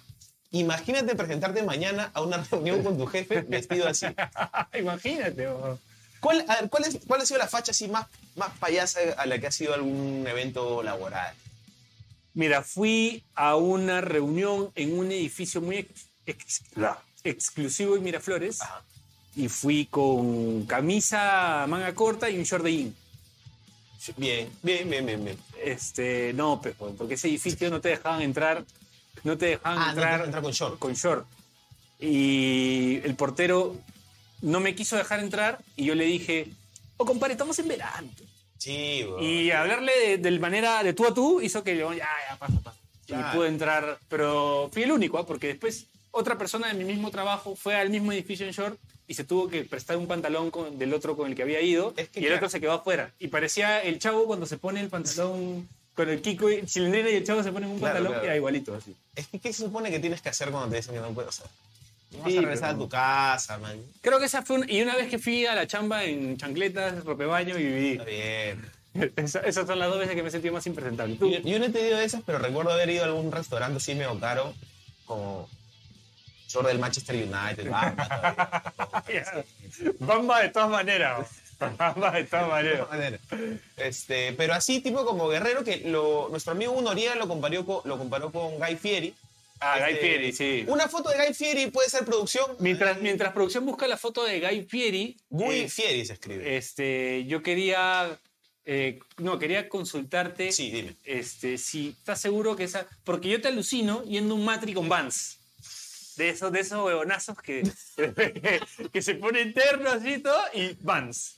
Speaker 3: Imagínate presentarte mañana a una reunión con tu jefe vestido así.
Speaker 2: eh, Imagínate, weón.
Speaker 3: ¿Cuál, a ver, cuál, es- cuál ha sido la facha así más, más payasa a la que ha sido algún evento laboral?
Speaker 2: Mira, fui a una reunión en un edificio muy ex- ex- exclusivo en Miraflores
Speaker 3: Ajá.
Speaker 2: y fui con camisa manga corta y un short de jean.
Speaker 3: Bien, bien, bien, bien. bien.
Speaker 2: Este, no, pues, weón, porque ese edificio no te dejaban entrar, no te dejaban
Speaker 3: Ah, no,
Speaker 2: entrar
Speaker 3: no, entrar con short.
Speaker 2: con short. Y el portero no me quiso dejar entrar y yo le dije, oh, compadre, estamos en verano.
Speaker 3: Sí, bro.
Speaker 2: Y hablarle de, de manera de tú a tú hizo que yo, ya, ya, pasa, pasa. Y
Speaker 3: Claro.
Speaker 2: pude entrar, pero fui el único, ¿ah? porque después otra persona de mi mismo trabajo fue al mismo edificio en short y se tuvo que prestar un pantalón con- del otro con el que había ido
Speaker 3: Es que
Speaker 2: y el
Speaker 3: claro.
Speaker 2: otro se quedó afuera. Y parecía el chavo cuando se pone el pantalón con el Kiko, y- Chilindrina y el chavo se ponen un
Speaker 3: Claro,
Speaker 2: pantalón
Speaker 3: claro.
Speaker 2: era igualito así.
Speaker 3: Es que, ¿qué se supone que tienes que hacer cuando te dicen que no puedes? O sea, no vas
Speaker 2: Sí,
Speaker 3: a regresar
Speaker 2: pero-
Speaker 3: a tu casa, man.
Speaker 2: Creo que esa fue una, y una vez que fui a la chamba en chancletas, ropebaño y viví.
Speaker 3: Está bien.
Speaker 2: Esa- esas son las dos veces que me he sentido más impresentable. Tú,
Speaker 3: Yo, yo no he tenido esas, pero recuerdo haber ido a algún restaurante así medio caro, como short del Manchester United, Bamba, todo, todo,
Speaker 2: Ya. Bamba de todas maneras. Bamba de todas
Speaker 3: de
Speaker 2: maneras.
Speaker 3: todas maneras. Este, pero así tipo como guerrero que lo- nuestro amigo Hugo Noriega lo comparó con, lo comparó con Guy Fieri.
Speaker 2: Ah, Guy
Speaker 3: Este,
Speaker 2: Fieri, sí.
Speaker 3: Una foto de Guy Fieri puede ser producción.
Speaker 2: Mientras, mientras producción busca la foto de Guy Fieri,
Speaker 3: Guy
Speaker 2: eh,
Speaker 3: Fieri se escribe.
Speaker 2: este, yo quería, eh, no, quería consultarte
Speaker 3: sí, dime.
Speaker 2: este, si estás seguro que esa... Porque yo te alucino yendo a un matri con Vans. De esos, de esos huevonazos que, que se pone interno así y todo y Vans.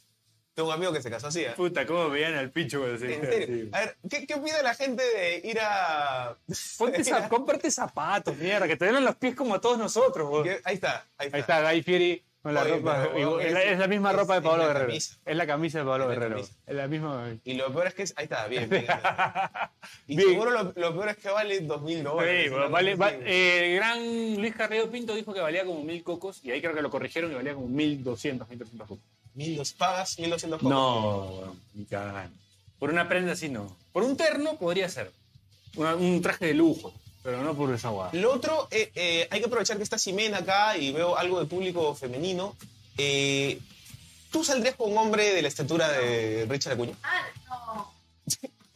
Speaker 3: Tengo un amigo que se casó así. ¿eh?
Speaker 2: Puta, cómo me veían al pincho cuando se
Speaker 3: En serio.
Speaker 2: sí.
Speaker 3: A ver, ¿qué, ¿qué opina la gente de ir a.
Speaker 2: Ponte zap- cómprate zapatos, mierda, que te den los pies como a todos nosotros. huevón.
Speaker 3: Ahí está, ahí está.
Speaker 2: Ahí está Guy Fieri
Speaker 4: No, la
Speaker 3: Oye,
Speaker 4: ropa-
Speaker 3: pero,
Speaker 4: igual-
Speaker 3: weón,
Speaker 4: es, la,
Speaker 3: es-
Speaker 4: es la misma
Speaker 3: es-
Speaker 4: ropa de
Speaker 3: es
Speaker 4: Pablo
Speaker 3: la
Speaker 4: Guerrero.
Speaker 3: camisa.
Speaker 4: Es la camisa de Pablo
Speaker 3: Es la
Speaker 4: Guerrero.
Speaker 3: camisa.
Speaker 4: Es la misma.
Speaker 3: Y lo peor es que. es- Ahí está, bien. bien, bien. Y
Speaker 4: Bien.
Speaker 3: seguro lo, lo peor es que vale 2000
Speaker 2: Sí,
Speaker 3: dólares.
Speaker 2: bueno,
Speaker 3: una
Speaker 2: vale-
Speaker 3: cosa
Speaker 2: va-
Speaker 3: así.
Speaker 2: eh, el gran Luis Carrillo Pinto dijo que valía como mil cocos y ahí creo que lo corrigieron y valía como 1200, 1300 cocos.
Speaker 3: 1200 pagas 1200 cocos.
Speaker 2: No, weón, ni cagando. Por una prenda así no. Por un terno podría ser. Una- un traje de lujo, pero no por esa guada.
Speaker 3: Lo otro, eh, eh, hay que aprovechar que está Ximena acá y veo algo de público femenino. Eh, ¿Tú saldrías con un hombre de la estatura de Richard Acuña?
Speaker 5: Ah,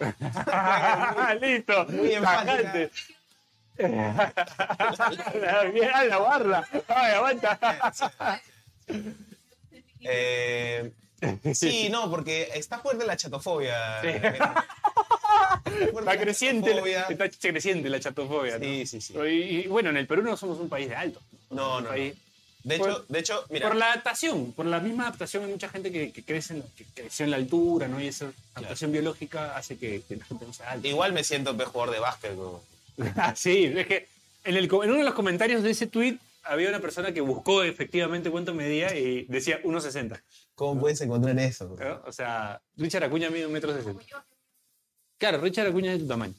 Speaker 5: no.
Speaker 2: Listo.
Speaker 3: muy enfática.
Speaker 2: tajante. Bien, a la barra. Ay, aguanta.
Speaker 3: Eh, sí, no, porque está fuerte la chatofobia.
Speaker 2: Sí. Está
Speaker 3: Está
Speaker 2: creciente, la, está creciente la chatofobia. ¿no?
Speaker 3: Sí, sí, sí.
Speaker 2: Y, y bueno, en el Perú no somos un país de alto.
Speaker 3: No,
Speaker 2: Un
Speaker 3: no,
Speaker 2: país-
Speaker 3: De hecho, de hecho mira,
Speaker 2: Por la adaptación, por la misma adaptación, hay mucha gente que, que crece en, que creció en la altura, ¿no? Y esa adaptación biológica hace que, que la gente no sea alta.
Speaker 3: igual me siento pe jugador de básquet. como-
Speaker 2: Ah, sí, es que en, el co- en uno de los comentarios de ese tweet había una persona que buscó efectivamente cuánto medía y decía 1,60.
Speaker 3: ¿Cómo puedes encontrar eso?
Speaker 2: ¿no? O sea, Richard Acuña mide 1,60
Speaker 5: Como
Speaker 2: metro.
Speaker 5: yo.
Speaker 2: Claro, Richard Acuña es de tu tamaño.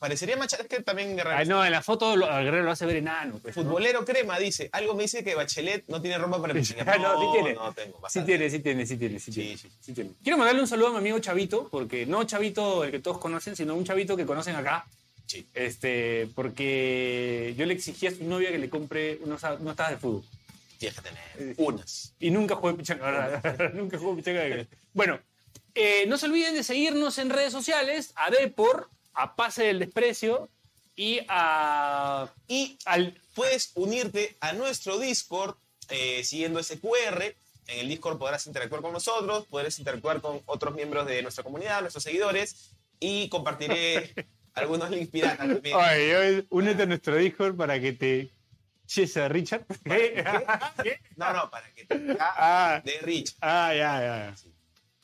Speaker 3: Parecería más es que también Guerrero.
Speaker 2: Ah, no, en la foto lo, al Guerrero lo hace ver enano. pues, ¿no?
Speaker 3: Futbolero crema dice, algo me dice que Bachelet no tiene ropa para pichinear.
Speaker 2: Ah, No, sí tiene.
Speaker 3: no tengo.
Speaker 2: Sí
Speaker 3: bastante.
Speaker 2: tiene, sí tiene, sí tiene, sí
Speaker 3: Sí,
Speaker 2: tiene,
Speaker 3: sí.
Speaker 2: sí tiene. Quiero mandarle un saludo a mi amigo Chavito, porque no Chavito el que todos conocen, sino un Chavito que conocen acá.
Speaker 3: Sí.
Speaker 2: Este, porque yo le exigí a su novia que le compre unos, unos tazas de fútbol.
Speaker 3: Tienes que
Speaker 2: Eh,
Speaker 3: tener unas.
Speaker 2: Y nunca jugué pichanga, la ¿verdad? nunca jugué pichanga. de- Bueno, eh, no se olviden de seguirnos en redes sociales, a Depor, a Pase del Desprecio y a...
Speaker 3: Y
Speaker 2: al
Speaker 3: puedes unirte a nuestro Discord eh, siguiendo ese QR. En el Discord podrás interactuar con nosotros, podrás interactuar con otros miembros de nuestra comunidad, nuestros seguidores, y compartiré algunos links piratas
Speaker 2: Eh.
Speaker 3: también.
Speaker 4: Oye, oye, únete a nuestro Discord para que te eches a Richard. ¿Qué?
Speaker 3: No, no, para que te de
Speaker 4: Ah,
Speaker 3: Rich.
Speaker 4: ah, ya, ya.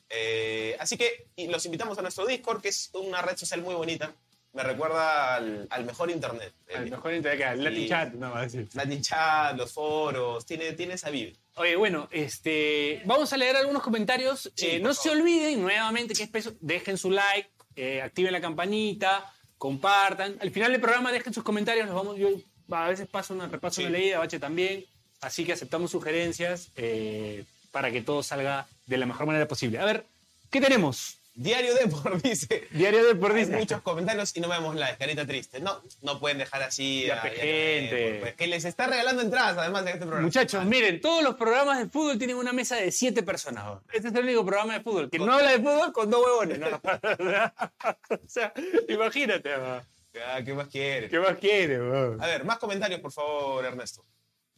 Speaker 3: Eh, así que y los invitamos a nuestro Discord, que es una red social muy bonita. Me recuerda al, al mejor internet. Eh,
Speaker 2: al
Speaker 3: El-
Speaker 2: mejor internet, que al Latin Chat, nada más. sí.
Speaker 3: Latin Chat, los foros, tiene, tiene esa vibe.
Speaker 2: Oye, bueno, este, vamos a leer algunos comentarios.
Speaker 3: Sí,
Speaker 2: Eh,
Speaker 3: por
Speaker 2: no se
Speaker 3: favor.
Speaker 2: olviden nuevamente que es peso. Dejen su like, eh, activen la campanita, compartan. Al final del programa dejen sus comentarios. Los vamos, yo a veces paso una, repaso
Speaker 3: Sí.
Speaker 2: una leída, Bache también. Así que aceptamos sugerencias eh, para que todo salga de la mejor manera posible. A ver, ¿qué tenemos?
Speaker 3: Diario Depor dice.
Speaker 2: Diario de por
Speaker 3: Hay
Speaker 2: Disney.
Speaker 3: muchos comentarios y no vemos la carita triste. No, no pueden dejar así
Speaker 2: Ya,
Speaker 3: a-
Speaker 2: pe,
Speaker 3: ya,
Speaker 2: gente.
Speaker 3: pues, que les está regalando entradas además de este programa.
Speaker 2: Muchachos, miren, todos los programas de fútbol tienen una mesa de siete personas. ¿no? Este es el único programa de fútbol que no habla de fútbol con dos huevones. ¿no? o sea, imagínate, ¿no?
Speaker 3: Ah, ¿Qué más quieren?
Speaker 2: ¿qué más quiere? ¿no?
Speaker 3: A ver, más comentarios, por favor, Ernesto.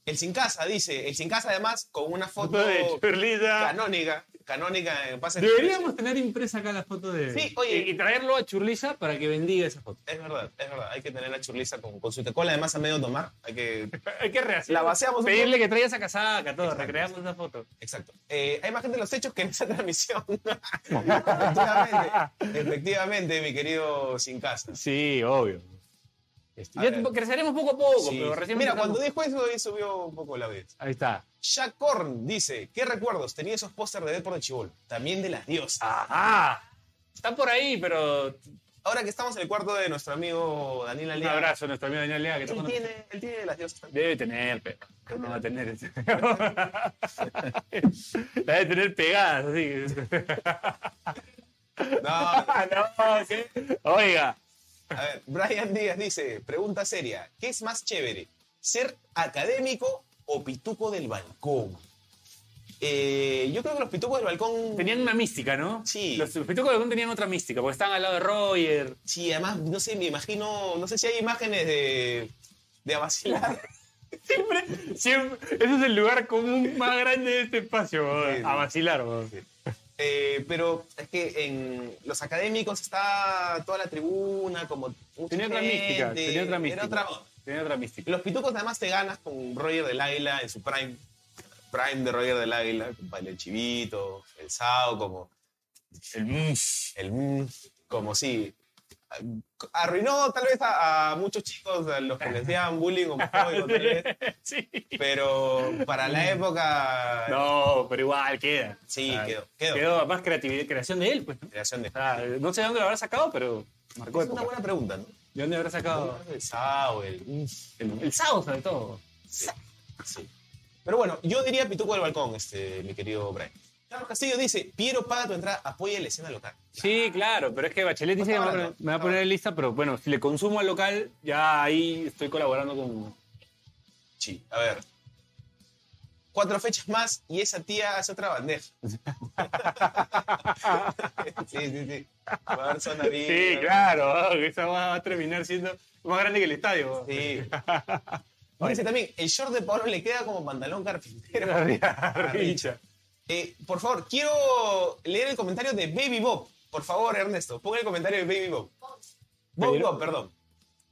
Speaker 3: El sin casa dice, el sin casa además con una foto
Speaker 2: Foto de Churlita.
Speaker 3: canónica, canónica en pase.
Speaker 2: Deberíamos tener impresa acá la foto de.
Speaker 3: Sí, oye.
Speaker 2: Y, y traerlo a Churliza para que bendiga esa foto.
Speaker 3: Es verdad, es verdad, hay que tener la churliza con, con su tecola además a medio tomar, hay que
Speaker 2: Eh, Hay que rehacer.
Speaker 3: La vaciamos un
Speaker 2: Pedirle que traiga esa casaca, todo.
Speaker 3: Exacto.
Speaker 2: Recreamos esa foto.
Speaker 3: Exacto. Eh, hay más gente en los hechos que en esa transmisión. efectivamente, efectivamente, mi querido Sin Casa.
Speaker 4: Sí, obvio.
Speaker 3: A
Speaker 2: Ya
Speaker 3: ver.
Speaker 2: creceremos poco a poco,
Speaker 3: Sí.
Speaker 2: pero recién.
Speaker 3: Mira,
Speaker 2: empezamos.
Speaker 3: cuando dijo eso, ahí subió un poco la audiencia.
Speaker 4: Ahí está.
Speaker 3: Jack Korn dice, ¿qué recuerdos? Tenía esos pósters de Deadpool de Chibol, también de las diosas.
Speaker 2: Ajá. Está por ahí, pero.
Speaker 3: Ahora que estamos en el cuarto de nuestro amigo Daniel
Speaker 2: Un
Speaker 3: Alea,
Speaker 2: abrazo a nuestro amigo Daniel Lea, que está
Speaker 3: él
Speaker 2: con nosotros.
Speaker 3: tiene, él tiene de las diosas también.
Speaker 2: Debe tener, pero ¿cómo no va a tener eso? La debe tener pegada, así.
Speaker 3: No, a
Speaker 2: Ah, no, ¿qué? Oiga,
Speaker 3: ver, Brian Díaz dice, pregunta seria, ¿qué es más chévere? ¿Ser académico o pituco del balcón? Eh, yo creo que los pitucos del balcón...
Speaker 2: tenían una mística, ¿no?
Speaker 3: Sí.
Speaker 2: Los Pituco Balcón tenían otra mística, porque estaban al lado de Roger.
Speaker 3: Sí, además, no sé, me imagino, no sé si hay imágenes de, de Abasilar.
Speaker 2: Siempre, siempre. Ese es el lugar común más grande de este espacio, weón,
Speaker 3: Sí, sí.
Speaker 2: a vacilar, weón.
Speaker 3: Eh, pero es que en los académicos está toda la tribuna, como. mucha
Speaker 2: Tenía otra mística,
Speaker 3: gente,
Speaker 2: tenía otra
Speaker 3: era
Speaker 2: mística.
Speaker 3: otra-
Speaker 2: Tenía otra mística.
Speaker 3: Los pitucos además te ganas con Roger del Águila en su prime. Prime de Roger del Águila, con Pablo el Chivito, el Sao, como. El Mus. El Mus, como sí. arruinó tal vez a, a muchos chicos, a los que les hacían bullying homofóbico, tal vez,
Speaker 2: sí.
Speaker 3: pero para la época
Speaker 2: No, pero igual queda.
Speaker 3: sí,
Speaker 2: Ah,
Speaker 3: quedó, quedó.
Speaker 2: Quedó más creatividad, creación de él, pues. ¿no?
Speaker 3: Creación de...
Speaker 2: O sea, no sé de dónde lo habrá sacado, pero marcó
Speaker 3: es una
Speaker 2: época.
Speaker 3: buena pregunta, ¿no?
Speaker 2: ¿De dónde habrá sacado?
Speaker 3: El Sao, el-
Speaker 2: El, el Sao, sobre todo.
Speaker 3: Sí. Pero bueno, yo diría Pituco del Balcón, este, mi querido Brian. Carlos Castillo dice, Piero paga tu entrada, apoya la escena local.
Speaker 2: Sí, claro, pero es que Bachelet dice que me va a poner- me va
Speaker 3: Ah,
Speaker 2: a poner en lista, pero bueno, si le consumo al local, ya ahí estoy colaborando con.
Speaker 3: Sí, a ver. Cuatro fechas más y esa tía hace otra bandeja. sí, sí, sí. Va a haber zona VIP,
Speaker 4: Sí,
Speaker 3: ¿no?
Speaker 4: claro, ah, que esa va a terminar siendo más grande que el estadio.
Speaker 3: Sí. Dice también, el short de Pablo le queda como pantalón carpintero. Ah,
Speaker 4: Richa.
Speaker 3: Eh, por favor, quiero leer el comentario de Baby Bob. Por favor, Ernesto, ponga el comentario de Baby Bob. Baby
Speaker 4: Pero-
Speaker 3: Bob, perdón.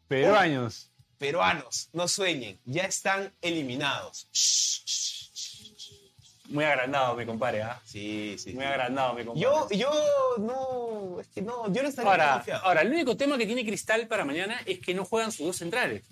Speaker 4: Peruanos.
Speaker 3: Peruanos, no sueñen, ya están eliminados. Shh, shh, shh.
Speaker 2: Muy agrandado, mi compadre, ¿ah?
Speaker 3: Sí, sí.
Speaker 2: Muy
Speaker 3: sí.
Speaker 2: agrandado, mi compadre.
Speaker 3: Yo, yo no, es que no, yo no estaría
Speaker 2: Ahora,
Speaker 3: confiado.
Speaker 2: ahora, el único tema que tiene Cristal para mañana es que no juegan sus dos centrales.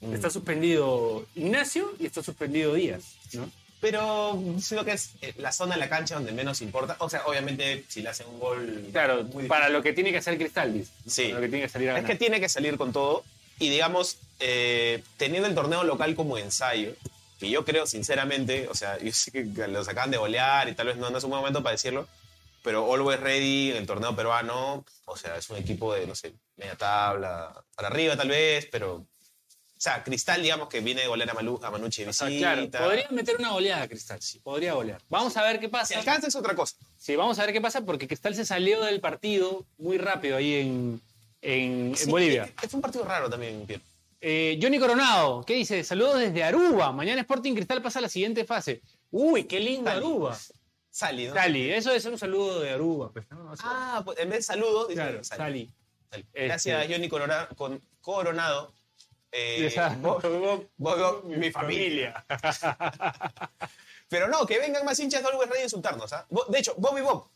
Speaker 3: Mm.
Speaker 2: Está suspendido Ignacio y está suspendido Díaz, ¿no?
Speaker 3: Pero creo que es eh, la zona de la cancha donde menos importa. O sea, obviamente si le hacen un gol.
Speaker 2: Claro,
Speaker 3: muy
Speaker 2: para lo que tiene que hacer Cristal, dice.
Speaker 3: Sí.
Speaker 2: Para lo que tiene que salir a
Speaker 3: Es
Speaker 2: ganar.
Speaker 3: que tiene que salir con todo. Y digamos, eh, teniendo el torneo local como ensayo, que yo creo sinceramente, o sea, yo sé que los acaban de golear y tal vez no, no es un buen momento para decirlo, pero Always Ready en el torneo peruano, o sea, es un equipo de, no sé, media tabla, para arriba tal vez, pero. O sea, Cristal, digamos que viene de golear a, Malu, a Manucci de
Speaker 2: O sea,
Speaker 3: visita.
Speaker 2: Ah, claro, podría meter una goleada Cristal, sí, podría golear. Vamos a ver qué
Speaker 3: Si
Speaker 2: pasa.
Speaker 3: alcanza es otra cosa.
Speaker 2: Sí, vamos a ver qué pasa porque Cristal se salió del partido muy rápido ahí en, en- en
Speaker 3: Sí,
Speaker 2: Bolivia.
Speaker 3: Es, es un partido raro también, Piero.
Speaker 2: Eh, Johnny Coronado, ¿qué dice? Saludos desde Aruba. Mañana Sporting Cristal pasa a la siguiente fase. Uy, qué lindo
Speaker 3: Cali.
Speaker 2: Aruba.
Speaker 3: Sali, ¿no?
Speaker 2: Sali, eso es un saludo de Aruba. pues, ¿no? O sea,
Speaker 3: Ah, pues, en vez de saludos, dice
Speaker 2: claro,
Speaker 3: Sali.
Speaker 2: Sali.
Speaker 3: Dale.
Speaker 2: Este-
Speaker 3: Gracias, Johnny Corona- con- Coronado. Eh,
Speaker 4: Esa-
Speaker 3: vos- vos- vos- mi familia. Pero no, que vengan más hinchas de Always Ready a insultarnos. ¿ah? Bo- De hecho, Bobby Bob,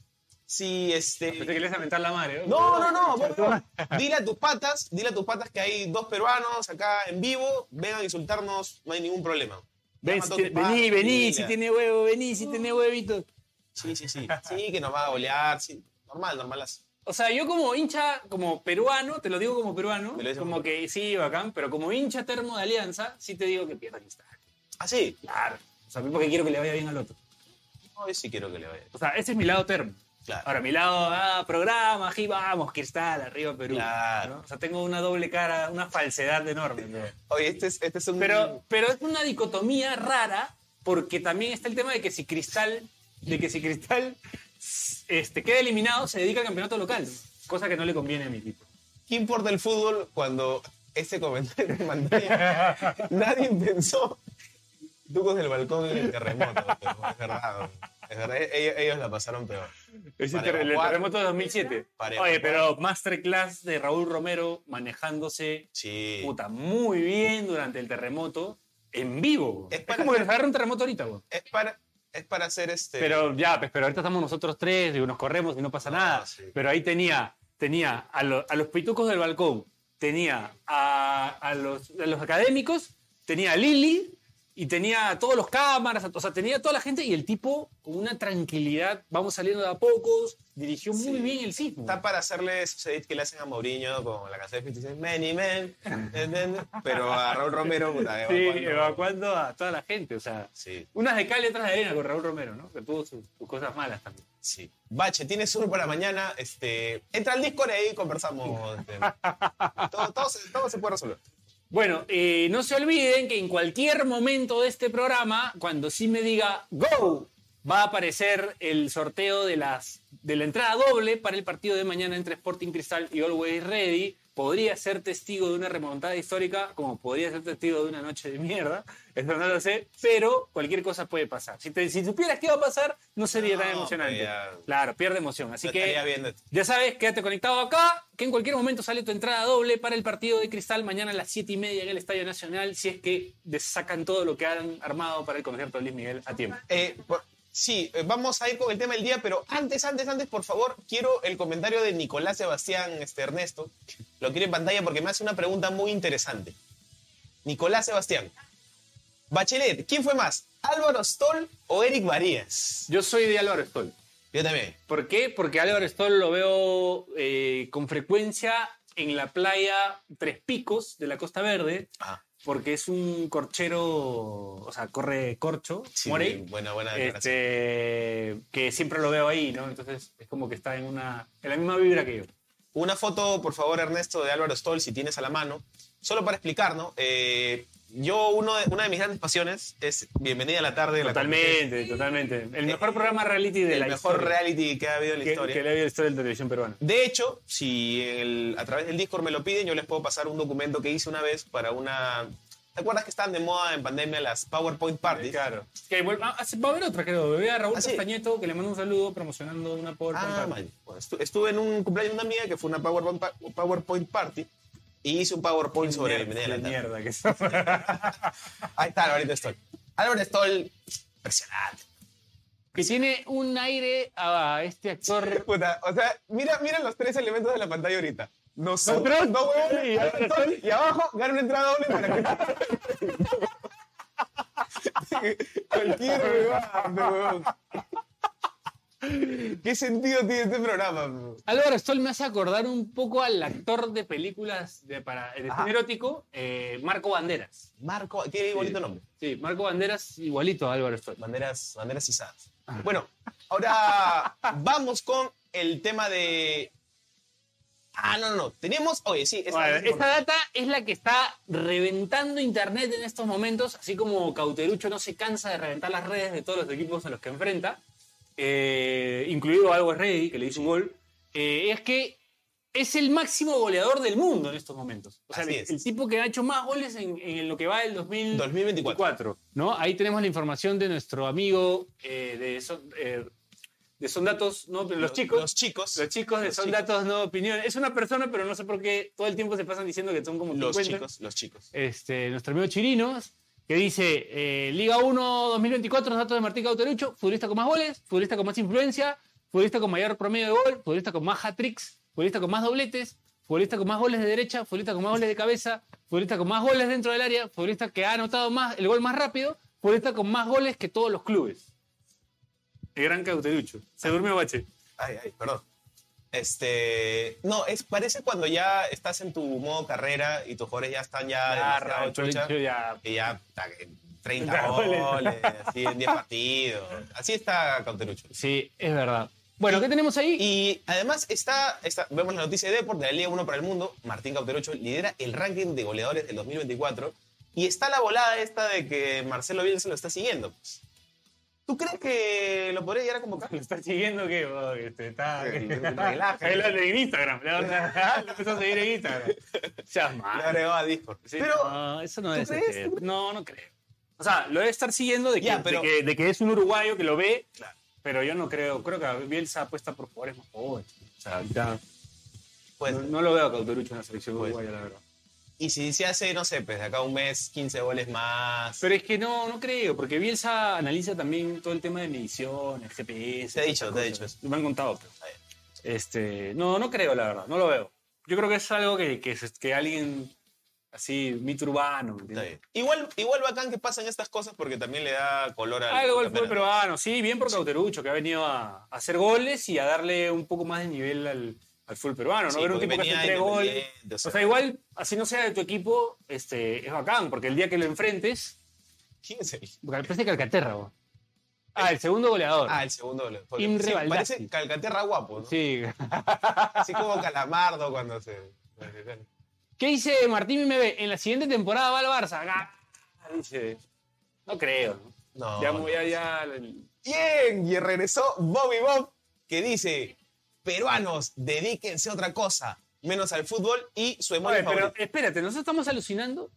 Speaker 3: si
Speaker 2: Ah, Pensé que
Speaker 3: este.
Speaker 2: le ibas a mentar la madre.
Speaker 3: No, no, no, Bobby Bob. Dile a tus patas, dile a tus patas que hay dos peruanos acá en vivo. Vengan a insultarnos, no hay ningún problema.
Speaker 2: Ven, si
Speaker 3: Llama a tu
Speaker 2: tiene-
Speaker 3: padre,
Speaker 2: vení, vení,
Speaker 3: dile.
Speaker 2: si tiene huevo, vení, si tiene huevito.
Speaker 3: Sí, sí, sí. Sí, que nos va a golear. Sí. Normal, normal. así.
Speaker 2: O sea, yo como hincha, como peruano, te lo digo como peruano,
Speaker 3: Me lo dices
Speaker 2: como
Speaker 3: como
Speaker 2: que sí, bacán, pero como hincha termo de Alianza, sí te digo que pierda Cristal.
Speaker 3: Así.
Speaker 2: Claro. O sea, porque quiero que le vaya bien al otro.
Speaker 3: Hoy sí quiero que le vaya.
Speaker 2: O sea, ese es mi lado termo.
Speaker 3: Claro.
Speaker 2: Ahora, mi lado, ah, programa, aquí vamos, Cristal, arriba Perú.
Speaker 3: Claro.
Speaker 2: ¿no? O sea, tengo una doble cara, una falsedad enorme. pero-
Speaker 3: Oye, este es, este es un.
Speaker 2: Pero, pero es una dicotomía rara porque también está el tema de que si Cristal, de que si Cristal este, queda eliminado, se dedica al campeonato local. Cosa que no le conviene a mi equipo.
Speaker 3: ¿Qué importa el fútbol cuando ese comentario que mandé nadie pensó? Ducos del balcón en el terremoto. pero Es verdad. güey. Es verdad. e-, Ellos, ellos la pasaron peor.
Speaker 4: Ese
Speaker 3: Para
Speaker 4: ter- el
Speaker 3: evacuar.
Speaker 4: terremoto
Speaker 2: Terremoto de 2007.
Speaker 3: Para
Speaker 2: Oye,
Speaker 3: evacuar.
Speaker 2: pero masterclass de Raúl Romero manejándose
Speaker 3: Sí.
Speaker 2: puta, muy bien durante el terremoto en vivo.
Speaker 3: Es
Speaker 2: Es,
Speaker 3: para-
Speaker 2: como que nos agarra un terremoto ahorita, güey.
Speaker 3: Es para, es para hacer este.
Speaker 4: Pero ya, pues, pero ahorita estamos nosotros tres, digo, nos corremos y no pasa
Speaker 3: No,
Speaker 4: nada.
Speaker 3: Ah, sí.
Speaker 4: Pero ahí tenía, tenía a, lo- a los pitucos del balcón,
Speaker 2: Tenía a, a los, a los académicos, tenía a Lili y tenía a todos los cámaras, a- o sea, tenía a toda la gente y el tipo con una tranquilidad, vamos saliendo de a pocos, dirigió muy
Speaker 3: Sí.
Speaker 2: bien el sismo.
Speaker 3: Está para hacerle ese edit que le hacen a Mourinho con la canción de 56 Many Men. ¿entiendes? Pero a Raúl Romero. Puta,
Speaker 2: Sí,
Speaker 3: evacuando.
Speaker 2: evacuando a toda la gente, o sea,
Speaker 3: Sí,
Speaker 2: unas de cal y otras de arena con Raúl Romero, ¿no? Que tuvo sus, sus cosas malas también.
Speaker 3: sí. Bache, tienes sur para mañana. Este, entra al Discord ahí y conversamos. este. todo, todo se- todo se puede resolver.
Speaker 2: Bueno, eh, no se olviden que en cualquier momento de este programa, cuando sí me diga go, va a aparecer el sorteo de, las, de la entrada doble para el partido de mañana entre Sporting Cristal y Always Ready. Podría ser testigo de una remontada histórica, como podría ser testigo de una noche de mierda. Eso no lo sé, pero cualquier cosa puede pasar. Si, te- si supieras qué va a pasar, no sería tan
Speaker 3: No,
Speaker 2: emocionante.
Speaker 3: pero ya-
Speaker 2: Claro, pierde emoción. Así
Speaker 3: No
Speaker 2: que.
Speaker 3: estaría viendo.
Speaker 2: Ya sabes, quédate conectado acá, que en cualquier momento sale tu entrada doble para el partido de Cristal mañana a las 7 y media en el Estadio Nacional, si es que sacan todo lo que han armado para el concierto de Luis Miguel a tiempo.
Speaker 3: Eh, por- Sí, eh, vamos a ir con el tema del día, pero antes, antes, antes, por favor, quiero el comentario de Nicolás Sebastián este, Ernesto. Lo quiero en pantalla porque me hace una pregunta muy interesante. Nicolás Sebastián. Bachelet, ¿quién fue más? ¿Álvaro Stoll o Eric Varías?
Speaker 2: Yo soy de Álvaro Stoll.
Speaker 3: Yo también.
Speaker 2: ¿Por qué? Porque Álvaro Stoll lo veo eh, con frecuencia en la playa Tres Picos de la Costa Verde,
Speaker 3: Ah,
Speaker 2: porque es un corchero, o sea, corre corcho,
Speaker 3: sí,
Speaker 2: Morey,
Speaker 3: buena, buena declaración.
Speaker 2: este, que siempre lo veo ahí, ¿no? Entonces es como que está en, una, en la misma vibra que yo.
Speaker 3: Una foto, por favor, Ernesto, de Álvaro Stoll, si tienes a la mano. Solo para explicar, ¿no? Eh, yo, uno de- una de mis grandes pasiones es Bienvenida a la tarde. la
Speaker 2: Totalmente, totalmente. El mejor programa reality de
Speaker 3: competencia,
Speaker 2: la
Speaker 3: El mejor
Speaker 2: historia
Speaker 3: reality que ha habido en la
Speaker 2: que,
Speaker 3: historia.
Speaker 2: que le ha habido la historia de la televisión peruana.
Speaker 3: De hecho, si el- a través del Discord me lo piden, yo les puedo pasar un documento que hice una vez para una... ¿Te acuerdas que estaban de moda en pandemia las PowerPoint Parties?
Speaker 2: Eh, Claro. Que vuel- ah, va a haber otra, creo. Ve a Raúl
Speaker 3: Ah, sí.
Speaker 2: Castañeto, que le mando un saludo promocionando una PowerPoint.
Speaker 3: Ah,
Speaker 2: Party.
Speaker 3: man. Bueno, estu- estuve en un cumpleaños de una amiga que fue una PowerPoint, pa- PowerPoint Party y hice un PowerPoint sobre
Speaker 2: Qué
Speaker 3: Bienvenida a la tarde.
Speaker 2: mierda que son.
Speaker 3: Ahí está Alvarito Stoll. Álvaro Stoll, impresionante.
Speaker 2: que tiene un aire a este actor.
Speaker 3: Puta, o sea, mira, mira los tres elementos de la pantalla ahorita.
Speaker 4: Nosotros,
Speaker 3: Nosotros, no, huevón,
Speaker 4: y
Speaker 3: Álvaro
Speaker 4: Álvaro
Speaker 3: Stoll, y abajo gana una entrada doble para cualquier huevón, pe, huevón. ¿Qué sentido tiene este programa? pe?
Speaker 2: Álvaro Stoll me hace acordar un poco al actor de películas de, para, de
Speaker 3: Ajá.
Speaker 2: cine erótico, eh, Marco Banderas.
Speaker 3: Marco, tiene bonito
Speaker 2: Sí.
Speaker 3: nombre.
Speaker 2: Sí, Marco Banderas igualito a Álvaro Stoll.
Speaker 3: Banderas, banderas izadas.
Speaker 2: Ah.
Speaker 3: Bueno, ahora vamos con el tema de. Ah, no, no, no. Tenemos. Oye, sí, esta-
Speaker 2: Bueno,
Speaker 3: esta-
Speaker 2: esta data es la que está reventando internet en estos momentos, así como Cauterucho no se cansa de reventar las redes de todos los equipos a los que enfrenta, eh, incluido Algo es Ready, que le hizo un gol, eh, es que es el máximo goleador del mundo en estos momentos. O sea,
Speaker 3: Así
Speaker 2: el,
Speaker 3: es.
Speaker 2: el tipo que ha hecho más goles en, en lo que va del 2000,
Speaker 3: 2024.
Speaker 2: 2024, ¿no? Ahí tenemos la información de nuestro amigo eh, de, Son, eh, de Son Datos, ¿no? Los chicos.
Speaker 3: Los chicos.
Speaker 2: Los chicos de
Speaker 3: Los
Speaker 2: son
Speaker 3: chicos.
Speaker 2: datos, no opinión. Es una persona, pero no sé por qué todo el tiempo se pasan diciendo que son como
Speaker 3: Los
Speaker 2: 50.
Speaker 3: chicos, los chicos.
Speaker 2: Este, nuestro amigo Chirinos, que dice, eh, Liga 1 2024, los datos de Martín Cauterucho, futbolista con más goles, futbolista con más influencia, futbolista con mayor promedio de gol, futbolista con más hat-tricks, futbolista con más dobletes, futbolista con más goles de derecha, futbolista con más goles de cabeza, futbolista con más goles dentro del área, futbolista que ha anotado más, el gol más rápido, futbolista con más goles que todos los clubes. El gran Cauterucho. Se durmió Bache.
Speaker 3: Ay, ay, perdón. Este. No, es, parece cuando ya estás en tu modo carrera y tus jugadores ya están ya. demasiado chucha,
Speaker 2: ya
Speaker 3: que ya. ta, que 30
Speaker 2: 30
Speaker 3: goles,
Speaker 2: goles.
Speaker 3: así en 10 partidos. Así está Cauterucho.
Speaker 2: Sí, es verdad. Bueno, ¿qué tenemos ahí?
Speaker 3: Y además está, está- vemos la noticia de Deport, de la Liga 1 para el Mundo. Martín Cauterucho lidera el ranking de goleadores del 2024. Y está la volada esta de que Marcelo Bielsa lo está siguiendo. pues. ¿Tú crees que lo podría llegar a convocar?
Speaker 2: ¿Lo estás siguiendo qué? Oh, este, está...
Speaker 3: Relájate.
Speaker 2: Ahí lo- en Instagram. le vas a- Lo empezó a seguir en Instagram. Seas
Speaker 3: Ah, Le
Speaker 2: malo.
Speaker 3: agregó a Discord.
Speaker 2: Sí,
Speaker 3: pero,
Speaker 2: no, eso no
Speaker 3: ¿tú
Speaker 2: es.
Speaker 3: crees?
Speaker 2: este, No, no creo. O sea, lo debe estar siguiendo de que,
Speaker 3: Ya, pero-
Speaker 2: de, que, de que es un uruguayo que lo ve,
Speaker 3: Claro.
Speaker 2: pero yo no creo. Creo que Bielsa apuesta por jugadores más jóvenes. O sea, ahorita
Speaker 3: pues,
Speaker 2: no, no lo veo a Cauterucho en la selección
Speaker 3: Pues.
Speaker 2: uruguaya, la verdad.
Speaker 3: y si se hace, no sé, pues de acá a un mes, 15 goles más.
Speaker 2: Pero es que no, no creo, porque Bielsa analiza también todo el tema de medición, el GPS.
Speaker 3: Te he dicho,
Speaker 2: esas
Speaker 3: te he
Speaker 2: cosas. Me han contado. pero, Este, no, no creo, la verdad, no lo veo. Yo creo que es algo que, que, se- que alguien así, mito urbano. ¿me
Speaker 3: Está
Speaker 2: entiendes?
Speaker 3: bien. Igual, igual bacán que pasan estas cosas porque también le da color al.
Speaker 2: Algo Ah, el
Speaker 3: campeonato.
Speaker 2: fútbol peruano, sí, bien por Cauterucho, que ha venido a, a hacer goles y a darle un poco más de nivel al, al fútbol peruano.
Speaker 3: Sí,
Speaker 2: no ver un
Speaker 3: porque
Speaker 2: tipo que hace
Speaker 3: venía
Speaker 2: tres goles.
Speaker 3: independiente, o
Speaker 2: O
Speaker 3: sea,
Speaker 2: sea, igual, así no sea de tu equipo, este, es bacán, porque el día que lo enfrentes,
Speaker 3: ¿quién es el-
Speaker 2: porque parece Calcaterra, vos. Ah, el segundo goleador.
Speaker 3: Ah, el segundo gol. Porque
Speaker 2: Imre
Speaker 3: sí,
Speaker 2: Baldassi.
Speaker 3: parece Calcaterra guapo, ¿no?
Speaker 2: Sí.
Speaker 3: Así como Calamardo cuando se.
Speaker 2: ¿Qué dice Martín MB? En la siguiente temporada va al Barça. Ga- Ah, Dice. No creo. ¿no?
Speaker 3: No.
Speaker 2: ya,
Speaker 3: no.
Speaker 2: ya, ya.
Speaker 3: Bien, y regresó Bobby Bob, que dice: Peruanos, dedíquense a otra cosa, menos al fútbol y su emoji
Speaker 2: Oye, pero
Speaker 3: favorito.
Speaker 2: espérate, ¿nosotros estamos alucinando?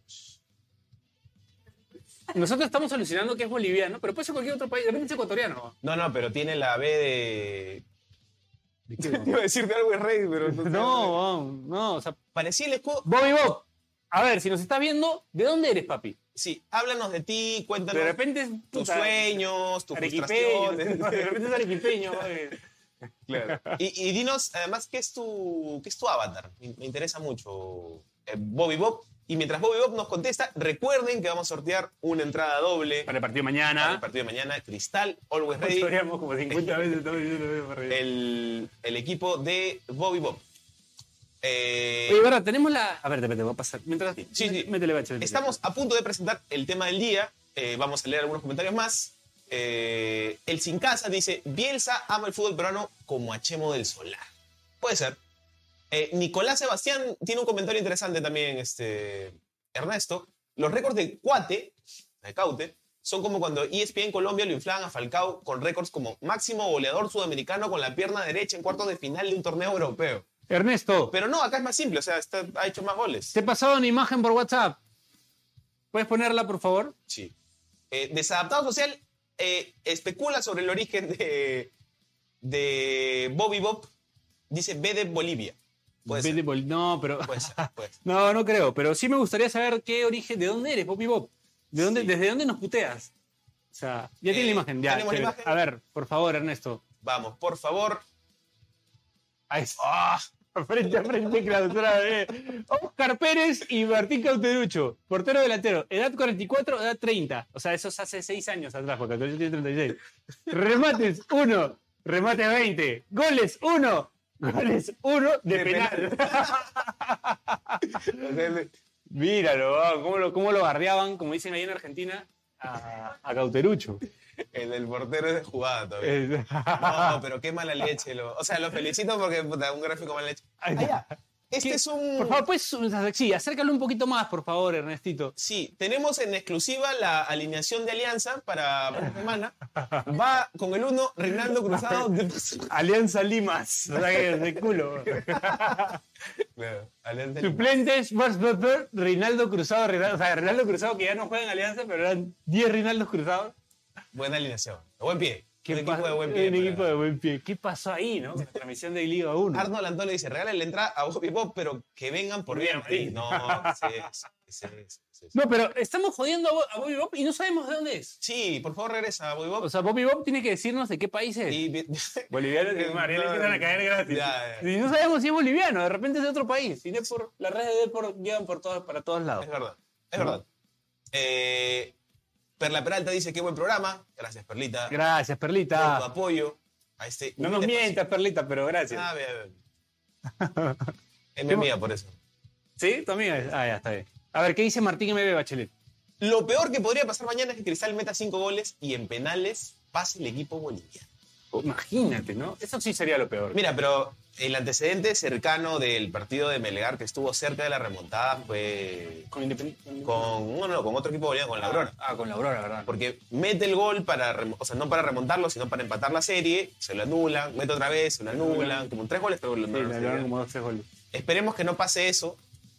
Speaker 2: Nosotros estamos alucinando que es boliviano, pero puede ser cualquier otro país, de repente es ecuatoriano.
Speaker 3: No, no, pero tiene la B de.
Speaker 2: ¿no?
Speaker 3: Te iba a decir de algo es rey, pero.
Speaker 2: No, no, no, o sea,
Speaker 3: Parecía el escudo.
Speaker 2: Bobby Bob, a ver, si nos estás viendo, ¿de dónde eres, papi?
Speaker 3: Sí, háblanos de ti, cuéntanos
Speaker 2: De repente es
Speaker 3: tus
Speaker 2: puta,
Speaker 3: sueños, tus
Speaker 2: arequipeño.
Speaker 3: frustraciones.
Speaker 2: De repente es arequipeño. eh.
Speaker 3: Claro. Y, y dinos, además, ¿qué es tu, qué es tu avatar? Me, me interesa mucho eh, Bobby Bob. Y mientras Bobby Bob nos contesta, recuerden que vamos a sortear una entrada
Speaker 2: Para
Speaker 3: doble para,
Speaker 2: el partido
Speaker 3: el
Speaker 2: mañana.
Speaker 3: partido de mañana. Cristal, Always Ready,
Speaker 4: Choreamos como 50 veces todo el video para arriba.
Speaker 3: el, el equipo de Bobby Bob. Eh,
Speaker 2: Oye, verdad, tenemos la. A ver, espérate, voy a pasar. Mientras.
Speaker 3: Sí, sí.
Speaker 2: Métele, bache, métele.
Speaker 3: Estamos a punto de presentar el tema del día. Eh, vamos a leer algunos comentarios más. Eh, el Sin Casa dice: Bielsa ama el fútbol peruano como a Chemo del Solar. Puede ser. Eh, Nicolás Sebastián tiene un comentario interesante también, este, Ernesto. Los récords de Cuate, de Caute, son como cuando E ESPN Colombia lo inflaban a Falcao con récords como máximo goleador sudamericano con la pierna derecha en cuartos de final de un torneo europeo.
Speaker 2: Ernesto,
Speaker 3: Pero no, acá es más simple, o sea, está- ha hecho más goles.
Speaker 2: te he pasado una imagen por WhatsApp. ¿Puedes ponerla, por favor?
Speaker 3: Sí. Eh, Desadaptado Social eh, especula sobre el origen de, de Bobby Bob. Dice B de Bolivia. Puede ser,
Speaker 2: Vete por- No, pero.
Speaker 3: puede ser, puede ser.
Speaker 2: No, no creo. Pero sí me gustaría saber qué origen, de dónde eres, Poppy Bob. ¿De dónde,
Speaker 3: Sí.
Speaker 2: ¿Desde dónde nos puteas? O sea, ya
Speaker 3: Eh,
Speaker 2: tiene la imagen, ya.
Speaker 3: ¿tenemos la
Speaker 2: chévere.
Speaker 3: imagen?
Speaker 2: A ver, por favor, Ernesto.
Speaker 3: Vamos, por favor.
Speaker 4: Ahí está.
Speaker 2: Ah.
Speaker 4: Frente a frente, claro, otra vez.
Speaker 2: Oscar Pérez y Martín Cauterucho, portero delantero, edad 44, edad 30. O sea, eso es hace 6 años atrás, porque yo tiene 36. Remates 1, remates 20, goles 1, goles 1 de,
Speaker 3: De
Speaker 2: penal.
Speaker 3: Dele.
Speaker 2: Míralo, ah, cómo lo, cómo lo bardeaban, como dicen ahí en Argentina, a, a Cauterucho.
Speaker 3: El del portero es de jugada
Speaker 2: Eh.
Speaker 3: todavía.
Speaker 4: Es-
Speaker 3: No, pero qué mala leche. lo- o sea, lo felicito porque puta, un gráfico mala leche.
Speaker 4: Ahí
Speaker 3: Ah, ya.
Speaker 4: está.
Speaker 3: Este
Speaker 2: ¿Qué?
Speaker 3: es un.
Speaker 2: Por favor, pues, sí, acércalo un poquito más, por favor, Ernestito.
Speaker 3: Sí, tenemos en exclusiva la alineación de Alianza para para esta semana. Va con el 1, Reinaldo Cruzado. de-
Speaker 4: Alianza Limas. O sea, que de culo.
Speaker 3: Claro, Alianza
Speaker 2: Suplentes, Mars Pepper, Reinaldo Cruzado, Reinaldo, o sea, Reinaldo Cruzado que ya no juega en Alianza, pero eran 10 Reinaldos Cruzados.
Speaker 3: Buena alineación. Buen pie.
Speaker 2: ¿Qué
Speaker 3: Un equipo
Speaker 2: pasó?
Speaker 3: de buen pie.
Speaker 2: Un
Speaker 3: para-
Speaker 2: equipo de buen pie. ¿Qué pasó ahí, no? Con La transmisión de Liga 1.
Speaker 3: Arnold Antón le dice, regálale la entrada a Bobby Bob, pero que vengan por bien.
Speaker 2: Bien, sí.
Speaker 3: Madrid". No, ¿qué es eso? ¿Qué es eso? ¿Qué es eso?
Speaker 2: No, pero estamos jodiendo a Bo- a Bobby Bob y no sabemos de dónde es.
Speaker 3: Sí, por favor regresa a Bobby
Speaker 2: O
Speaker 3: Bob.
Speaker 2: sea, Bobby Bob tiene que decirnos de qué país es.
Speaker 3: Y-
Speaker 2: Boliviano
Speaker 3: de mar, ya le empiezan a caer gratis. Ya, ya.
Speaker 2: Y no sabemos si es boliviano, de repente es de otro país. Y de por, las redes de Depor llegan por todos, para todos lados.
Speaker 3: es verdad, es verdad. Eh, Perla Peralta dice, qué buen programa. Gracias, Perlita.
Speaker 2: Gracias,
Speaker 3: Por tu
Speaker 2: Perlita.
Speaker 3: apoyo a este...
Speaker 2: No nos
Speaker 3: humilde
Speaker 2: mientas, Perlita, pero
Speaker 3: espacio.
Speaker 2: gracias.
Speaker 3: Ah, bien, bien. Es mi amiga, por eso.
Speaker 2: ¿Sí? ¿Tu amiga? es? Ah, ya está bien. A ver, ¿qué dice Martín MB Bachelet?
Speaker 3: Lo peor que podría pasar mañana es que Cristal meta cinco goles y en penales pase el equipo boliviano.
Speaker 2: Imagínate, ¿no? Eso sí sería lo peor.
Speaker 3: Mira, pero el antecedente cercano del partido de Melgar que estuvo cerca de la remontada fue
Speaker 2: con Independiente.
Speaker 3: con, no, no, con otro equipo boliviano, con la Aurora.
Speaker 2: Ah, con la Aurora, ¿verdad?
Speaker 3: Porque mete el gol para, remo- o sea, no para remontarlo, sino para empatar la serie, se lo anulan, mete otra vez, se lo anulan, como en tres goles, pero lo
Speaker 2: Sí, la
Speaker 3: anularon la serie.
Speaker 2: Aurora como dos, tres goles.
Speaker 3: Esperemos que no pase eso,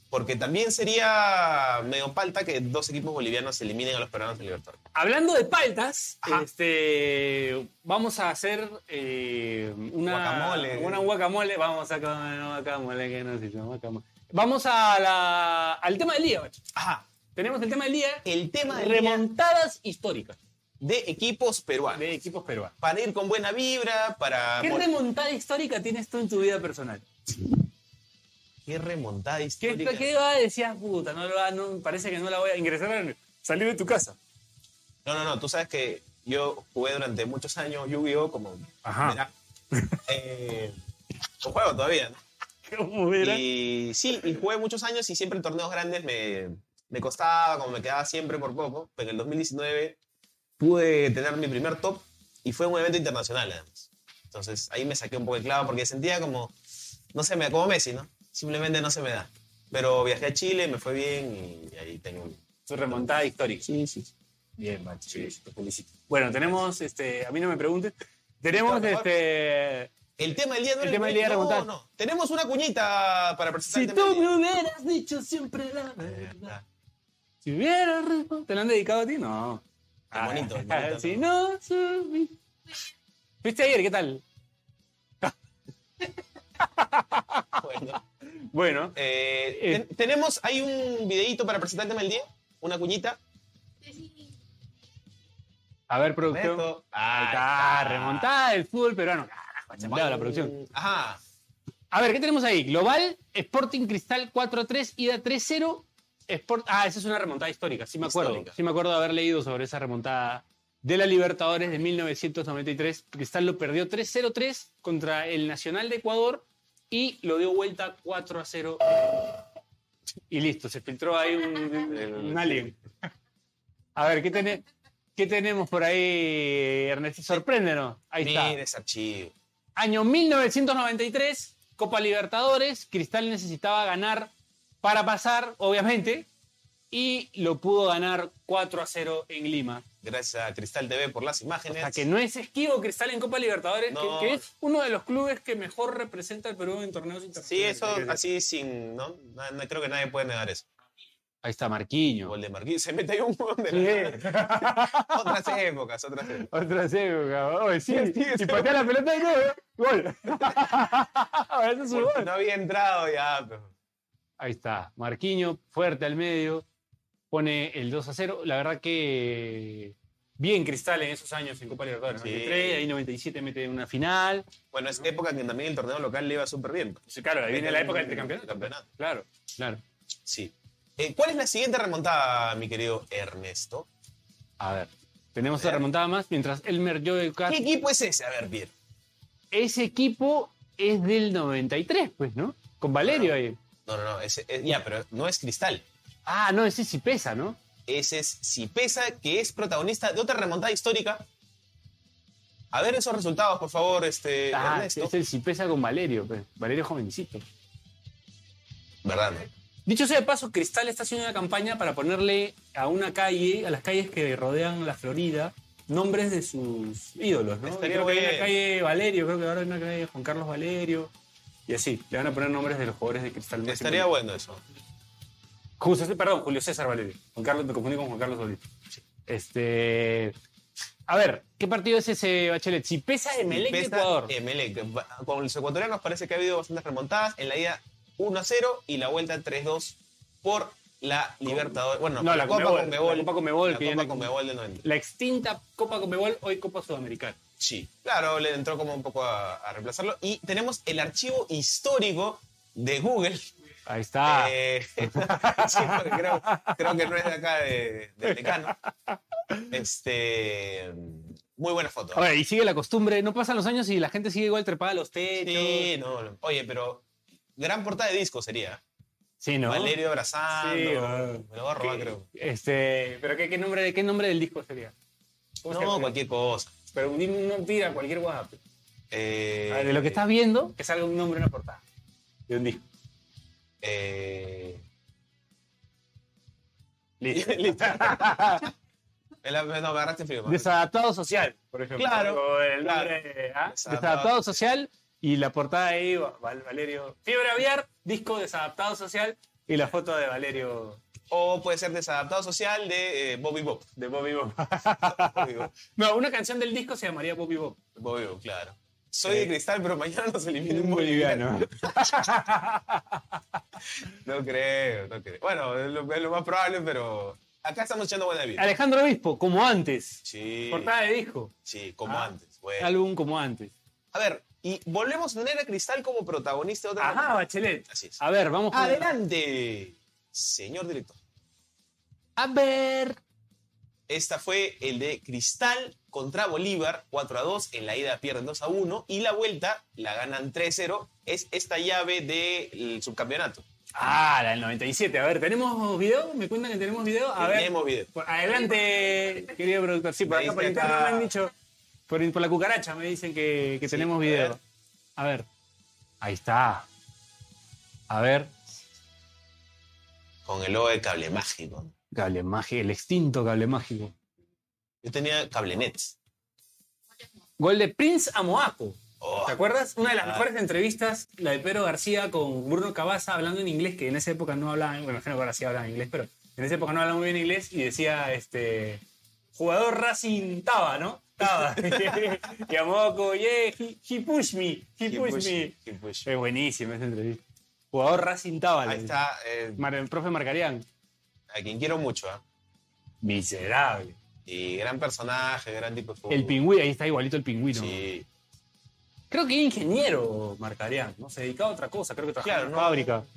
Speaker 3: porque también sería medio palta que dos equipos bolivianos eliminen a los peruanos en Libertadores.
Speaker 2: Hablando de paltas,
Speaker 3: Ajá.
Speaker 2: este, vamos a hacer eh, una
Speaker 3: Guacamole.
Speaker 2: Una guacamole. Vamos a comer guacamole, que nos hizo guacamole. Vamos a la- al tema del día, bacho.
Speaker 3: Ajá,
Speaker 2: Tenemos el tema del día.
Speaker 3: el tema del día
Speaker 2: Remontadas históricas
Speaker 3: de equipos peruanos.
Speaker 2: de equipos peruanos.
Speaker 3: Para ir con buena vibra, para...
Speaker 2: ¿Qué
Speaker 3: Ah, bueno,
Speaker 2: remontada histórica tienes tú en tu vida personal?
Speaker 3: qué remontada
Speaker 2: ¿Qué,
Speaker 3: histórica.
Speaker 2: qué va? Decías, puta, no, lo va- no- parece que no la voy a ingresar a salir de tu casa.
Speaker 3: No, no, no, tú sabes que yo jugué durante muchos años Yu-Gi-Oh! como...
Speaker 2: Ajá.
Speaker 3: verá. Eh, lo juego todavía, ¿no?
Speaker 2: ¿Cómo era?
Speaker 3: Y sí, y jugué muchos años y siempre en torneos grandes me, me costaba, como me quedaba siempre por poco. Pero en el 2019 pude tener mi primer top y fue un evento internacional, además. Entonces ahí me saqué un poco de clavo porque sentía como, no sé, me como Messi, ¿no? Simplemente no se me da. Pero viajé a Chile, me fue bien y ahí tengo un...
Speaker 2: Tu remontada histórica.
Speaker 3: Sí, sí.
Speaker 2: Bien, macho. te felicito. Bueno, tenemos, este, a mí no me preguntes. Tenemos
Speaker 3: Listo, mejor.
Speaker 2: este.
Speaker 3: El tema del día no
Speaker 2: El
Speaker 3: era
Speaker 2: tema del día era
Speaker 3: no,
Speaker 2: contar.
Speaker 3: no. Tenemos una cuñita para presentar
Speaker 2: Si
Speaker 3: el tema
Speaker 2: tú
Speaker 3: del día.
Speaker 2: me hubieras dicho siempre la
Speaker 3: Eh,
Speaker 2: verdad.
Speaker 3: ah,
Speaker 2: Si hubieras. respondido- ¿Te lo han dedicado a ti? No.
Speaker 3: Qué bonito, qué bonito,
Speaker 2: si no. subi- ¿Viste ayer? ¿Qué tal?
Speaker 3: bueno.
Speaker 2: Bueno. Eh.
Speaker 3: Eh, ten- tenemos, hay un videito para presentar el tema del día, una cuñita.
Speaker 2: A ver, producción.
Speaker 3: Ernesto,
Speaker 2: Ahí
Speaker 3: ahí
Speaker 2: está,
Speaker 3: está.
Speaker 2: remontada del fútbol peruano. Carajo, chapado la producción.
Speaker 3: Ajá.
Speaker 2: A ver, ¿qué tenemos ahí? Global, Sporting Cristal 4-3, ida 3-0. Sport... Ah, esa es una remontada histórica, sí me acuerdo.
Speaker 3: Histórica.
Speaker 2: Sí me acuerdo de haber leído sobre esa remontada de la Libertadores de 1993. Cristal lo perdió 3-0-3 contra el Nacional de Ecuador y lo dio vuelta 4-0. Y listo, se filtró ahí un, un alien. A ver, ¿qué, tene- qué tenemos por ahí, Ernesto? Sorpréndenos. Ahí está.
Speaker 3: Mira ese archivo.
Speaker 2: Año 1993, Copa Libertadores, Cristal necesitaba ganar para pasar, obviamente, y lo pudo ganar 4 a 0 en Lima.
Speaker 3: Gracias a Cristal TV por las
Speaker 2: O
Speaker 3: imágenes.
Speaker 2: sea que no es esquivo Cristal en Copa Libertadores, que-
Speaker 3: No.
Speaker 2: que, es uno de los clubes que mejor representa al Perú en torneos
Speaker 3: Sí,
Speaker 2: internacionales.
Speaker 3: eso así sin. ¿no? No, no, creo que nadie puede negar eso.
Speaker 2: Ahí está Marquiño.
Speaker 3: Gol de Marquinhos. Se mete ahí un huevón de la- Otras épocas, otras épocas.
Speaker 2: Otra época. Oye, sí,
Speaker 3: Sí, sí,
Speaker 2: y patea la pelota de nuevo. Gol. Ese es su gol.
Speaker 3: No había entrado ya. pero-
Speaker 2: Ahí está, Marquinho, fuerte al medio, pone el 2 a 0. La verdad que bien Cristal en esos años en Copa Libertadores.
Speaker 3: Sí.
Speaker 2: 93, ahí 97 mete una final.
Speaker 3: Bueno, es época en que también el torneo local le iba súper bien.
Speaker 2: Sí, claro, ahí viene la época del campeonato.
Speaker 3: Campeonato.
Speaker 2: Claro, claro.
Speaker 3: Sí. Eh, ¿Cuál es la siguiente remontada, mi querido Ernesto?
Speaker 2: A ver, tenemos otra remontada más mientras Elmer Joel
Speaker 3: ¿Qué
Speaker 2: Castro.
Speaker 3: equipo es ese? A ver, bien.
Speaker 2: Ese equipo es del 93, pues, ¿no? Con Valerio ahí.
Speaker 3: No, no, no. ese- eh, ya, pero no es Cristal.
Speaker 2: Ah, no, ese sí pesa, ¿no?
Speaker 3: Ese es Cipesa, que es protagonista de otra remontada histórica. A ver esos resultados, por favor, este,
Speaker 2: Ah,
Speaker 3: Ernesto.
Speaker 2: es el sí pesa con Valerio, pues. Valerio jovencito.
Speaker 3: ¿Verdad? no?
Speaker 6: Dicho sea de paso, Cristal está haciendo una campaña para ponerle a una calle, a las calles que rodean la Florida, nombres de sus ídolos, ¿no?
Speaker 2: Este
Speaker 3: Estaría
Speaker 6: creo que hay una
Speaker 3: bien.
Speaker 6: calle Valerio, creo que ahora hay una calle Juan Carlos Valerio, y así, le van a poner nombres de los jugadores de Cristal. más
Speaker 3: Estaría
Speaker 6: importantes.
Speaker 3: bueno eso.
Speaker 6: Julio César- perdón, Julio César Valerio. Juan Carlos, me confundí con Juan Carlos Valerio.
Speaker 2: Este. A ver, ¿qué partido es ese, Bachelet? Si pesa eh, Emelec de
Speaker 3: Cipesa,
Speaker 2: Ecuador.
Speaker 3: Emelec. Va- Con los ecuatorianos parece que ha habido bastantes remontadas. En la ida 1 a 0 y la vuelta 3 2 por la Libertadores. Bueno,
Speaker 2: no, la Copa Conmebol. La
Speaker 3: La
Speaker 2: Copa
Speaker 3: Copa
Speaker 2: Conmebol, que ya no-
Speaker 3: Conmebol del 90.
Speaker 2: La extinta Copa Conmebol, hoy Copa Sudamericana.
Speaker 3: Sí, claro, le entró como un poco a, a reemplazarlo. Y tenemos el archivo histórico de Google.
Speaker 2: Ahí está.
Speaker 3: Eh, sí, porque creo, creo que no es de acá, de, de Tecano. Este, muy buena foto.
Speaker 2: a ver, y sigue la costumbre, no pasan los años y la gente sigue igual trepada a los techos. Sí,
Speaker 3: Sí, no, no. Oye, pero gran portada de disco sería.
Speaker 2: ¿no?
Speaker 3: Valerio abrazando.
Speaker 2: Sí, ah,
Speaker 3: me lo va a robar,
Speaker 2: ¿Qué-
Speaker 3: creo.
Speaker 2: Este, pero qué, qué nombre, ¿qué nombre del disco sería? ¿Cómo se
Speaker 3: No,
Speaker 2: llama?
Speaker 3: cualquier cosa.
Speaker 6: Pero dime, no tira cualquier WhatsApp.
Speaker 3: Eh,
Speaker 2: A ver, Ah, de lo que estás viendo,
Speaker 6: Que salga un nombre en la portada.
Speaker 2: de un disco.
Speaker 3: eh,
Speaker 2: Listo.
Speaker 3: listo. Me la- me- no, me agarraste frío. man.
Speaker 2: Desadaptado social, por ejemplo.
Speaker 3: Claro,
Speaker 2: O el
Speaker 3: claro.
Speaker 2: nombre, ¿ah?
Speaker 3: Desadaptado
Speaker 2: Desadaptado social y la portada ahí, Val- Valerio.
Speaker 6: Fiebre Aviar, disco desadaptado social
Speaker 2: Y la foto de Valerio
Speaker 3: O puede ser desadaptado social de eh, Bobby Bob.
Speaker 6: de Bobby Bob.
Speaker 3: Bobby Bob.
Speaker 6: No, una canción del disco se llamaría Bobby Bob.
Speaker 3: Bobby Bob, claro. Soy de cristal, pero mañana nos elimina un boliviano.
Speaker 2: boliviano.
Speaker 3: No creo, no creo. Bueno, es lo, es lo más probable, pero acá estamos echando buena vida.
Speaker 2: Alejandro Obispo, como antes.
Speaker 3: Sí,
Speaker 2: Portada de disco.
Speaker 3: sí, como
Speaker 2: Ah.
Speaker 3: antes. bueno.
Speaker 2: Álbum como antes.
Speaker 3: A ver, y volvemos a tener a Cristal como protagonista de otra
Speaker 2: Ajá, Bachelet.
Speaker 3: Así es.
Speaker 2: A ver, vamos con-
Speaker 3: Adelante, señor director.
Speaker 2: A ver.
Speaker 3: Esta fue el de Cristal contra Bolívar, 4 a 2. En la ida pierden 2 a 1 y la vuelta la ganan 3 a 0. Es esta llave del subcampeonato.
Speaker 2: Ah, la del
Speaker 6: 27,
Speaker 2: 97.
Speaker 6: a ver, ¿tenemos video? ¿Me cuentan que tenemos video? A ver.
Speaker 3: Tenemos video.
Speaker 6: Por- adelante, querido productor. Sí, por
Speaker 3: Me
Speaker 6: acá por
Speaker 3: dicen
Speaker 6: interno me
Speaker 3: acá.
Speaker 6: han dicho. Por, por la cucaracha me dicen que, que
Speaker 3: Sí,
Speaker 6: tenemos
Speaker 3: a
Speaker 6: video.
Speaker 3: ver.
Speaker 2: A ver. Ahí está. A ver.
Speaker 3: Con el logo de cable mágico.
Speaker 2: Cable mágico, el extinto cable mágico.
Speaker 3: Yo tenía cable net.
Speaker 6: Gol de Prince Amoaco.
Speaker 3: Oh,
Speaker 6: ¿Te acuerdas? Una de las
Speaker 3: Ah.
Speaker 6: mejores entrevistas, la de Pedro García con Bruno Cabaza hablando en inglés, que en esa época no hablaba, bueno, imagino que ahora sí hablaba inglés, pero en esa época no hablaba muy bien inglés y decía, este, jugador Racing Taba, ¿no? Taba. y Amoaco, yeah, he, he pushed me, he,
Speaker 3: qué
Speaker 6: pushed
Speaker 3: push,
Speaker 6: me.
Speaker 3: qué
Speaker 2: Eh,
Speaker 3: push.
Speaker 6: Es buenísima esa entrevista. Jugador Racing Taba.
Speaker 3: Ahí está, eh,
Speaker 2: Mar- el profe Marcarián.
Speaker 3: a quien quiero mucho. ¿ah?
Speaker 6: Miserable.
Speaker 3: Y gran personaje, gran tipo de fútbol.
Speaker 4: El pingüino, ahí está igualito el pingüino.
Speaker 3: Sí.
Speaker 2: Creo que era ingeniero, Marcarián, ¿no? Se dedicaba a otra cosa, creo que trabajaba
Speaker 3: Claro,
Speaker 2: en
Speaker 3: no.
Speaker 2: una fábrica.
Speaker 4: Fábrica.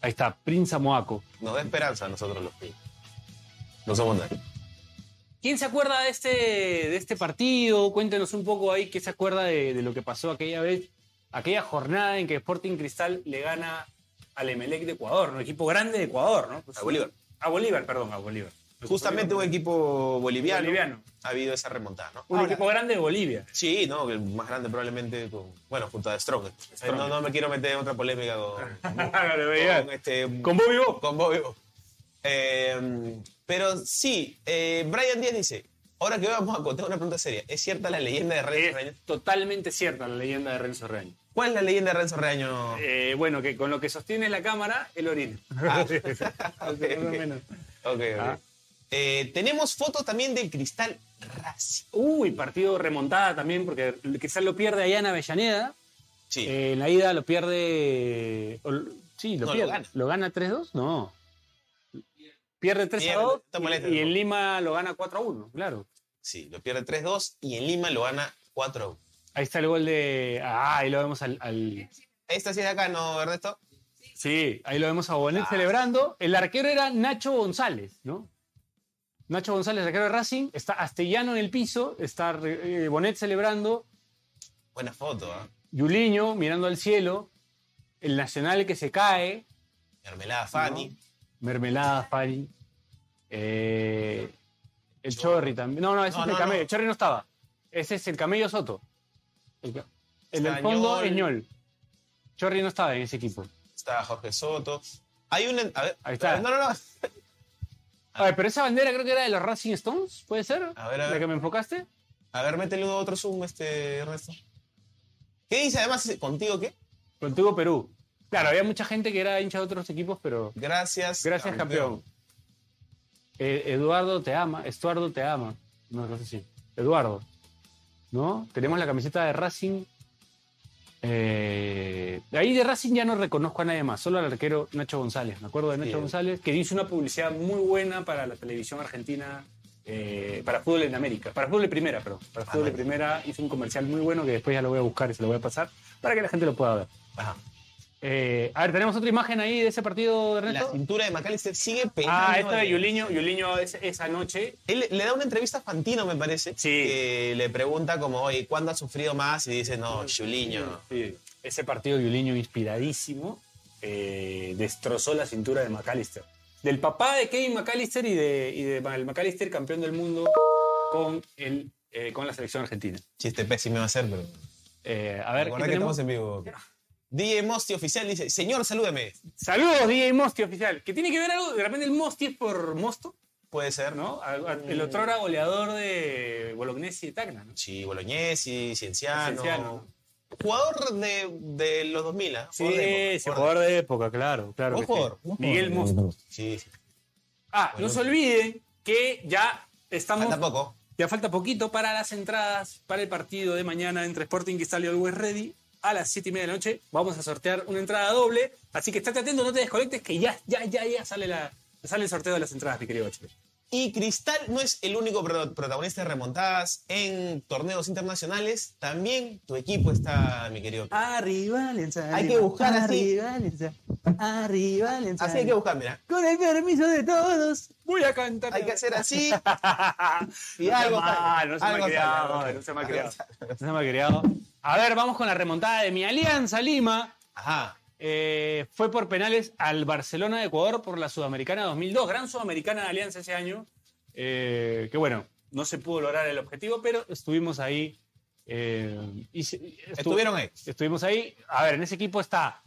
Speaker 4: Ahí está, Prinza Moaco.
Speaker 3: Nos da esperanza a nosotros los pingüinos. No somos nadie.
Speaker 2: ¿Quién se acuerda de este, de este partido? Cuéntenos un poco ahí qué se acuerda de, de lo que pasó aquella vez, aquella jornada en que Sporting Cristal le gana al Emelec de Ecuador, un equipo grande de Ecuador, ¿no? Pues,
Speaker 3: A Bolívar.
Speaker 2: A Bolívar, perdón, a Bolívar.
Speaker 3: Justamente un equipo boliviano,
Speaker 2: Boliviano.
Speaker 3: ha habido esa remontada, ¿no?
Speaker 2: Un
Speaker 3: Ahora,
Speaker 2: equipo grande de Bolivia.
Speaker 3: Sí, no, el más grande probablemente con, bueno, junto a Strong. Eh,
Speaker 2: Strong.
Speaker 3: No, no me quiero meter en otra polémica con,
Speaker 4: Ah.
Speaker 3: con este
Speaker 4: Con Bobby Bob.
Speaker 3: con Bobby Bob. Eh, pero sí, eh, Brian Díaz dice, ahora que vamos a contar una pregunta seria, ¿es cierta la leyenda de Renzo
Speaker 4: Eh.
Speaker 3: Reaño?
Speaker 2: Es totalmente cierta la leyenda de Renzo Reaño.
Speaker 3: ¿Cuál es la leyenda de Renzo Reaño?
Speaker 2: Eh, bueno, que con lo que sostiene la cámara, el orina.
Speaker 3: ok,
Speaker 2: Más o
Speaker 3: ok.
Speaker 2: menos.
Speaker 3: Ok, ok.
Speaker 2: Ah.
Speaker 3: Eh, tenemos fotos también del Cristal Racing.
Speaker 2: Uy, partido remontada también, porque quizás lo pierde allá en Avellaneda.
Speaker 3: Sí,
Speaker 4: Eh, en la ida lo pierde. o l- sí, lo
Speaker 3: No, lo
Speaker 4: pierde.
Speaker 3: gana.
Speaker 4: ¿Lo gana 3-2? No.
Speaker 2: Pierde 3 a
Speaker 3: Pierde,
Speaker 2: 2
Speaker 3: está molesto,
Speaker 2: y, y
Speaker 3: ¿no?
Speaker 2: en Lima lo gana 4 a 1, claro.
Speaker 3: sí, lo pierde 3-2 y en Lima lo gana 4-1.
Speaker 4: Ahí está el gol de. Ah, ahí lo vemos al. al-
Speaker 3: Esta sí es de acá, ¿no, Ernesto?
Speaker 4: Sí, ahí lo vemos a Bonet
Speaker 3: Ah.
Speaker 4: celebrando. El arquero era Nacho González, ¿no? Nacho González, arquero de Racing. Está Astellano en el piso. Está eh, Bonet celebrando.
Speaker 3: Buena foto, ¿ah?
Speaker 4: Yuliño mirando al cielo. El Nacional que se cae.
Speaker 3: Mermelada Fanny.
Speaker 4: Mermelada, Fari. Eh, el Chorri también. No, no, ese
Speaker 3: No,
Speaker 4: es el
Speaker 3: no,
Speaker 4: camello.
Speaker 3: no.
Speaker 4: El Chorri no estaba. Ese es el camello Soto. El, ca- el del
Speaker 3: Está
Speaker 4: fondo
Speaker 3: Ñol.
Speaker 4: es Ñol. Chorri no estaba en ese equipo.
Speaker 3: Está Jorge Soto. Hay un... A ver,
Speaker 4: Ahí está.
Speaker 3: No, no, no.
Speaker 4: A ver, pero esa bandera creo que era de los Racing Stones, ¿puede ser?
Speaker 3: A ver, a
Speaker 4: La
Speaker 3: ver.
Speaker 4: que me enfocaste.
Speaker 3: A ver, métele uno a otro zoom, este Ernesto. ¿Qué dice además ese- contigo qué?
Speaker 4: Contigo Perú. Claro, había mucha gente que era hincha de otros equipos, pero
Speaker 3: Gracias.
Speaker 4: gracias, campeón. Eh, Eduardo te ama. Estuardo te ama. No, no sé si. Eduardo. ¿No? Tenemos la camiseta de Racing. Eh, de ahí de Racing ya no reconozco a nadie más, solo al arquero Nacho González. Me acuerdo de Nacho
Speaker 3: Bien.
Speaker 4: González,
Speaker 2: Que hizo una publicidad muy buena para la televisión argentina, eh, para fútbol en América. Para fútbol de primera, perdón. Para fútbol de
Speaker 3: bueno.
Speaker 2: primera hizo un comercial muy bueno que
Speaker 4: que después ya lo voy a buscar y se lo voy a pasar, para que la gente lo pueda ver.
Speaker 3: Ajá.
Speaker 4: Eh, a ver, tenemos otra imagen ahí de ese partido,
Speaker 3: La
Speaker 4: Ernesto.
Speaker 3: cintura de McAllister sigue pegando.
Speaker 2: Ah, esto de
Speaker 3: al-
Speaker 2: Yuliño, Yuliño es- esa noche.
Speaker 3: Él le da una entrevista a Fantino, me parece.
Speaker 2: Sí.
Speaker 3: Que le pregunta como, oye, ¿cuándo ha sufrido más? Y dice, no, Juliño.
Speaker 2: Sí.
Speaker 4: Ese partido de Uliño inspiradísimo.
Speaker 2: Buenísimo. Eh, destrozó la cintura de McAllister. Del papá de Kevin McAllister y de, y de el McAllister, campeón del mundo con, el, eh, con la selección argentina.
Speaker 3: Chiste pésimo va a ser, pero...
Speaker 4: Eh, a ver, ¿qué
Speaker 3: Recuerda que
Speaker 4: tenemos?
Speaker 3: estamos en vivo. DJ Mosti oficial dice, señor, salúdeme.
Speaker 2: Saludos, DJ Mosti oficial. Que tiene que ver algo, de repente el Mosti es por Mosto,
Speaker 3: Puede ser, ¿no?
Speaker 2: ¿no? A- a- El otro era goleador de Bolognesi y Tacna, ¿no?
Speaker 3: Sí, Bolognesi, Cienciano.
Speaker 2: Cienciano.
Speaker 3: Jugador de, de los 2000, ¿ah?
Speaker 2: Sí,
Speaker 3: Jugador de época,
Speaker 2: sí,
Speaker 3: jugador
Speaker 4: Jugador de época, claro, claro.
Speaker 3: Un
Speaker 4: que sí.
Speaker 3: jugador, un
Speaker 2: Miguel
Speaker 3: jugador.
Speaker 2: Mosto.
Speaker 3: Sí, sí.
Speaker 2: Ah,
Speaker 3: Bueno.
Speaker 2: no se olviden que ya estamos.
Speaker 3: Falta poco.
Speaker 2: Ya falta poquito para las entradas para el partido de mañana entre Sporting Cristal y Always Ready. A las 7 y media de la noche vamos a sortear una entrada doble. Así que estate atento, no te desconectes, que ya, ya, ya, ya sale, la, sale el sorteo de las entradas, mi querido Bachelet.
Speaker 3: Y Cristal no es el único pro- protagonista de remontadas en torneos internacionales. También tu equipo está, mi querido.
Speaker 5: Ah, Arriba, Lenza.
Speaker 3: Hay que buscar así.
Speaker 5: Arriba, Lenza. Arriba, Lenza.
Speaker 3: Así hay que buscar, mira.
Speaker 5: Con el permiso de todos.
Speaker 2: Voy a cantar.
Speaker 3: Hay que hacer así y
Speaker 4: No sea
Speaker 3: algo
Speaker 4: mal,
Speaker 3: sale.
Speaker 4: no sea
Speaker 3: Algo
Speaker 4: malcriado,
Speaker 3: sale, algo
Speaker 4: madre,
Speaker 3: sale.
Speaker 4: no sea malcriado. No sea malcriado. A ver, vamos con la remontada de mi Alianza Lima.
Speaker 3: Ajá.
Speaker 4: Eh, fue por penales al Barcelona de Ecuador por la Sudamericana 2002. Gran
Speaker 2: Gran Sudamericana de Alianza ese año.
Speaker 4: Eh, que bueno,
Speaker 2: No se pudo lograr el objetivo, pero
Speaker 4: estuvimos ahí. eh, y se- y estu-
Speaker 3: Estuvieron ahí.
Speaker 4: Estuvimos ahí. A ver, en ese equipo está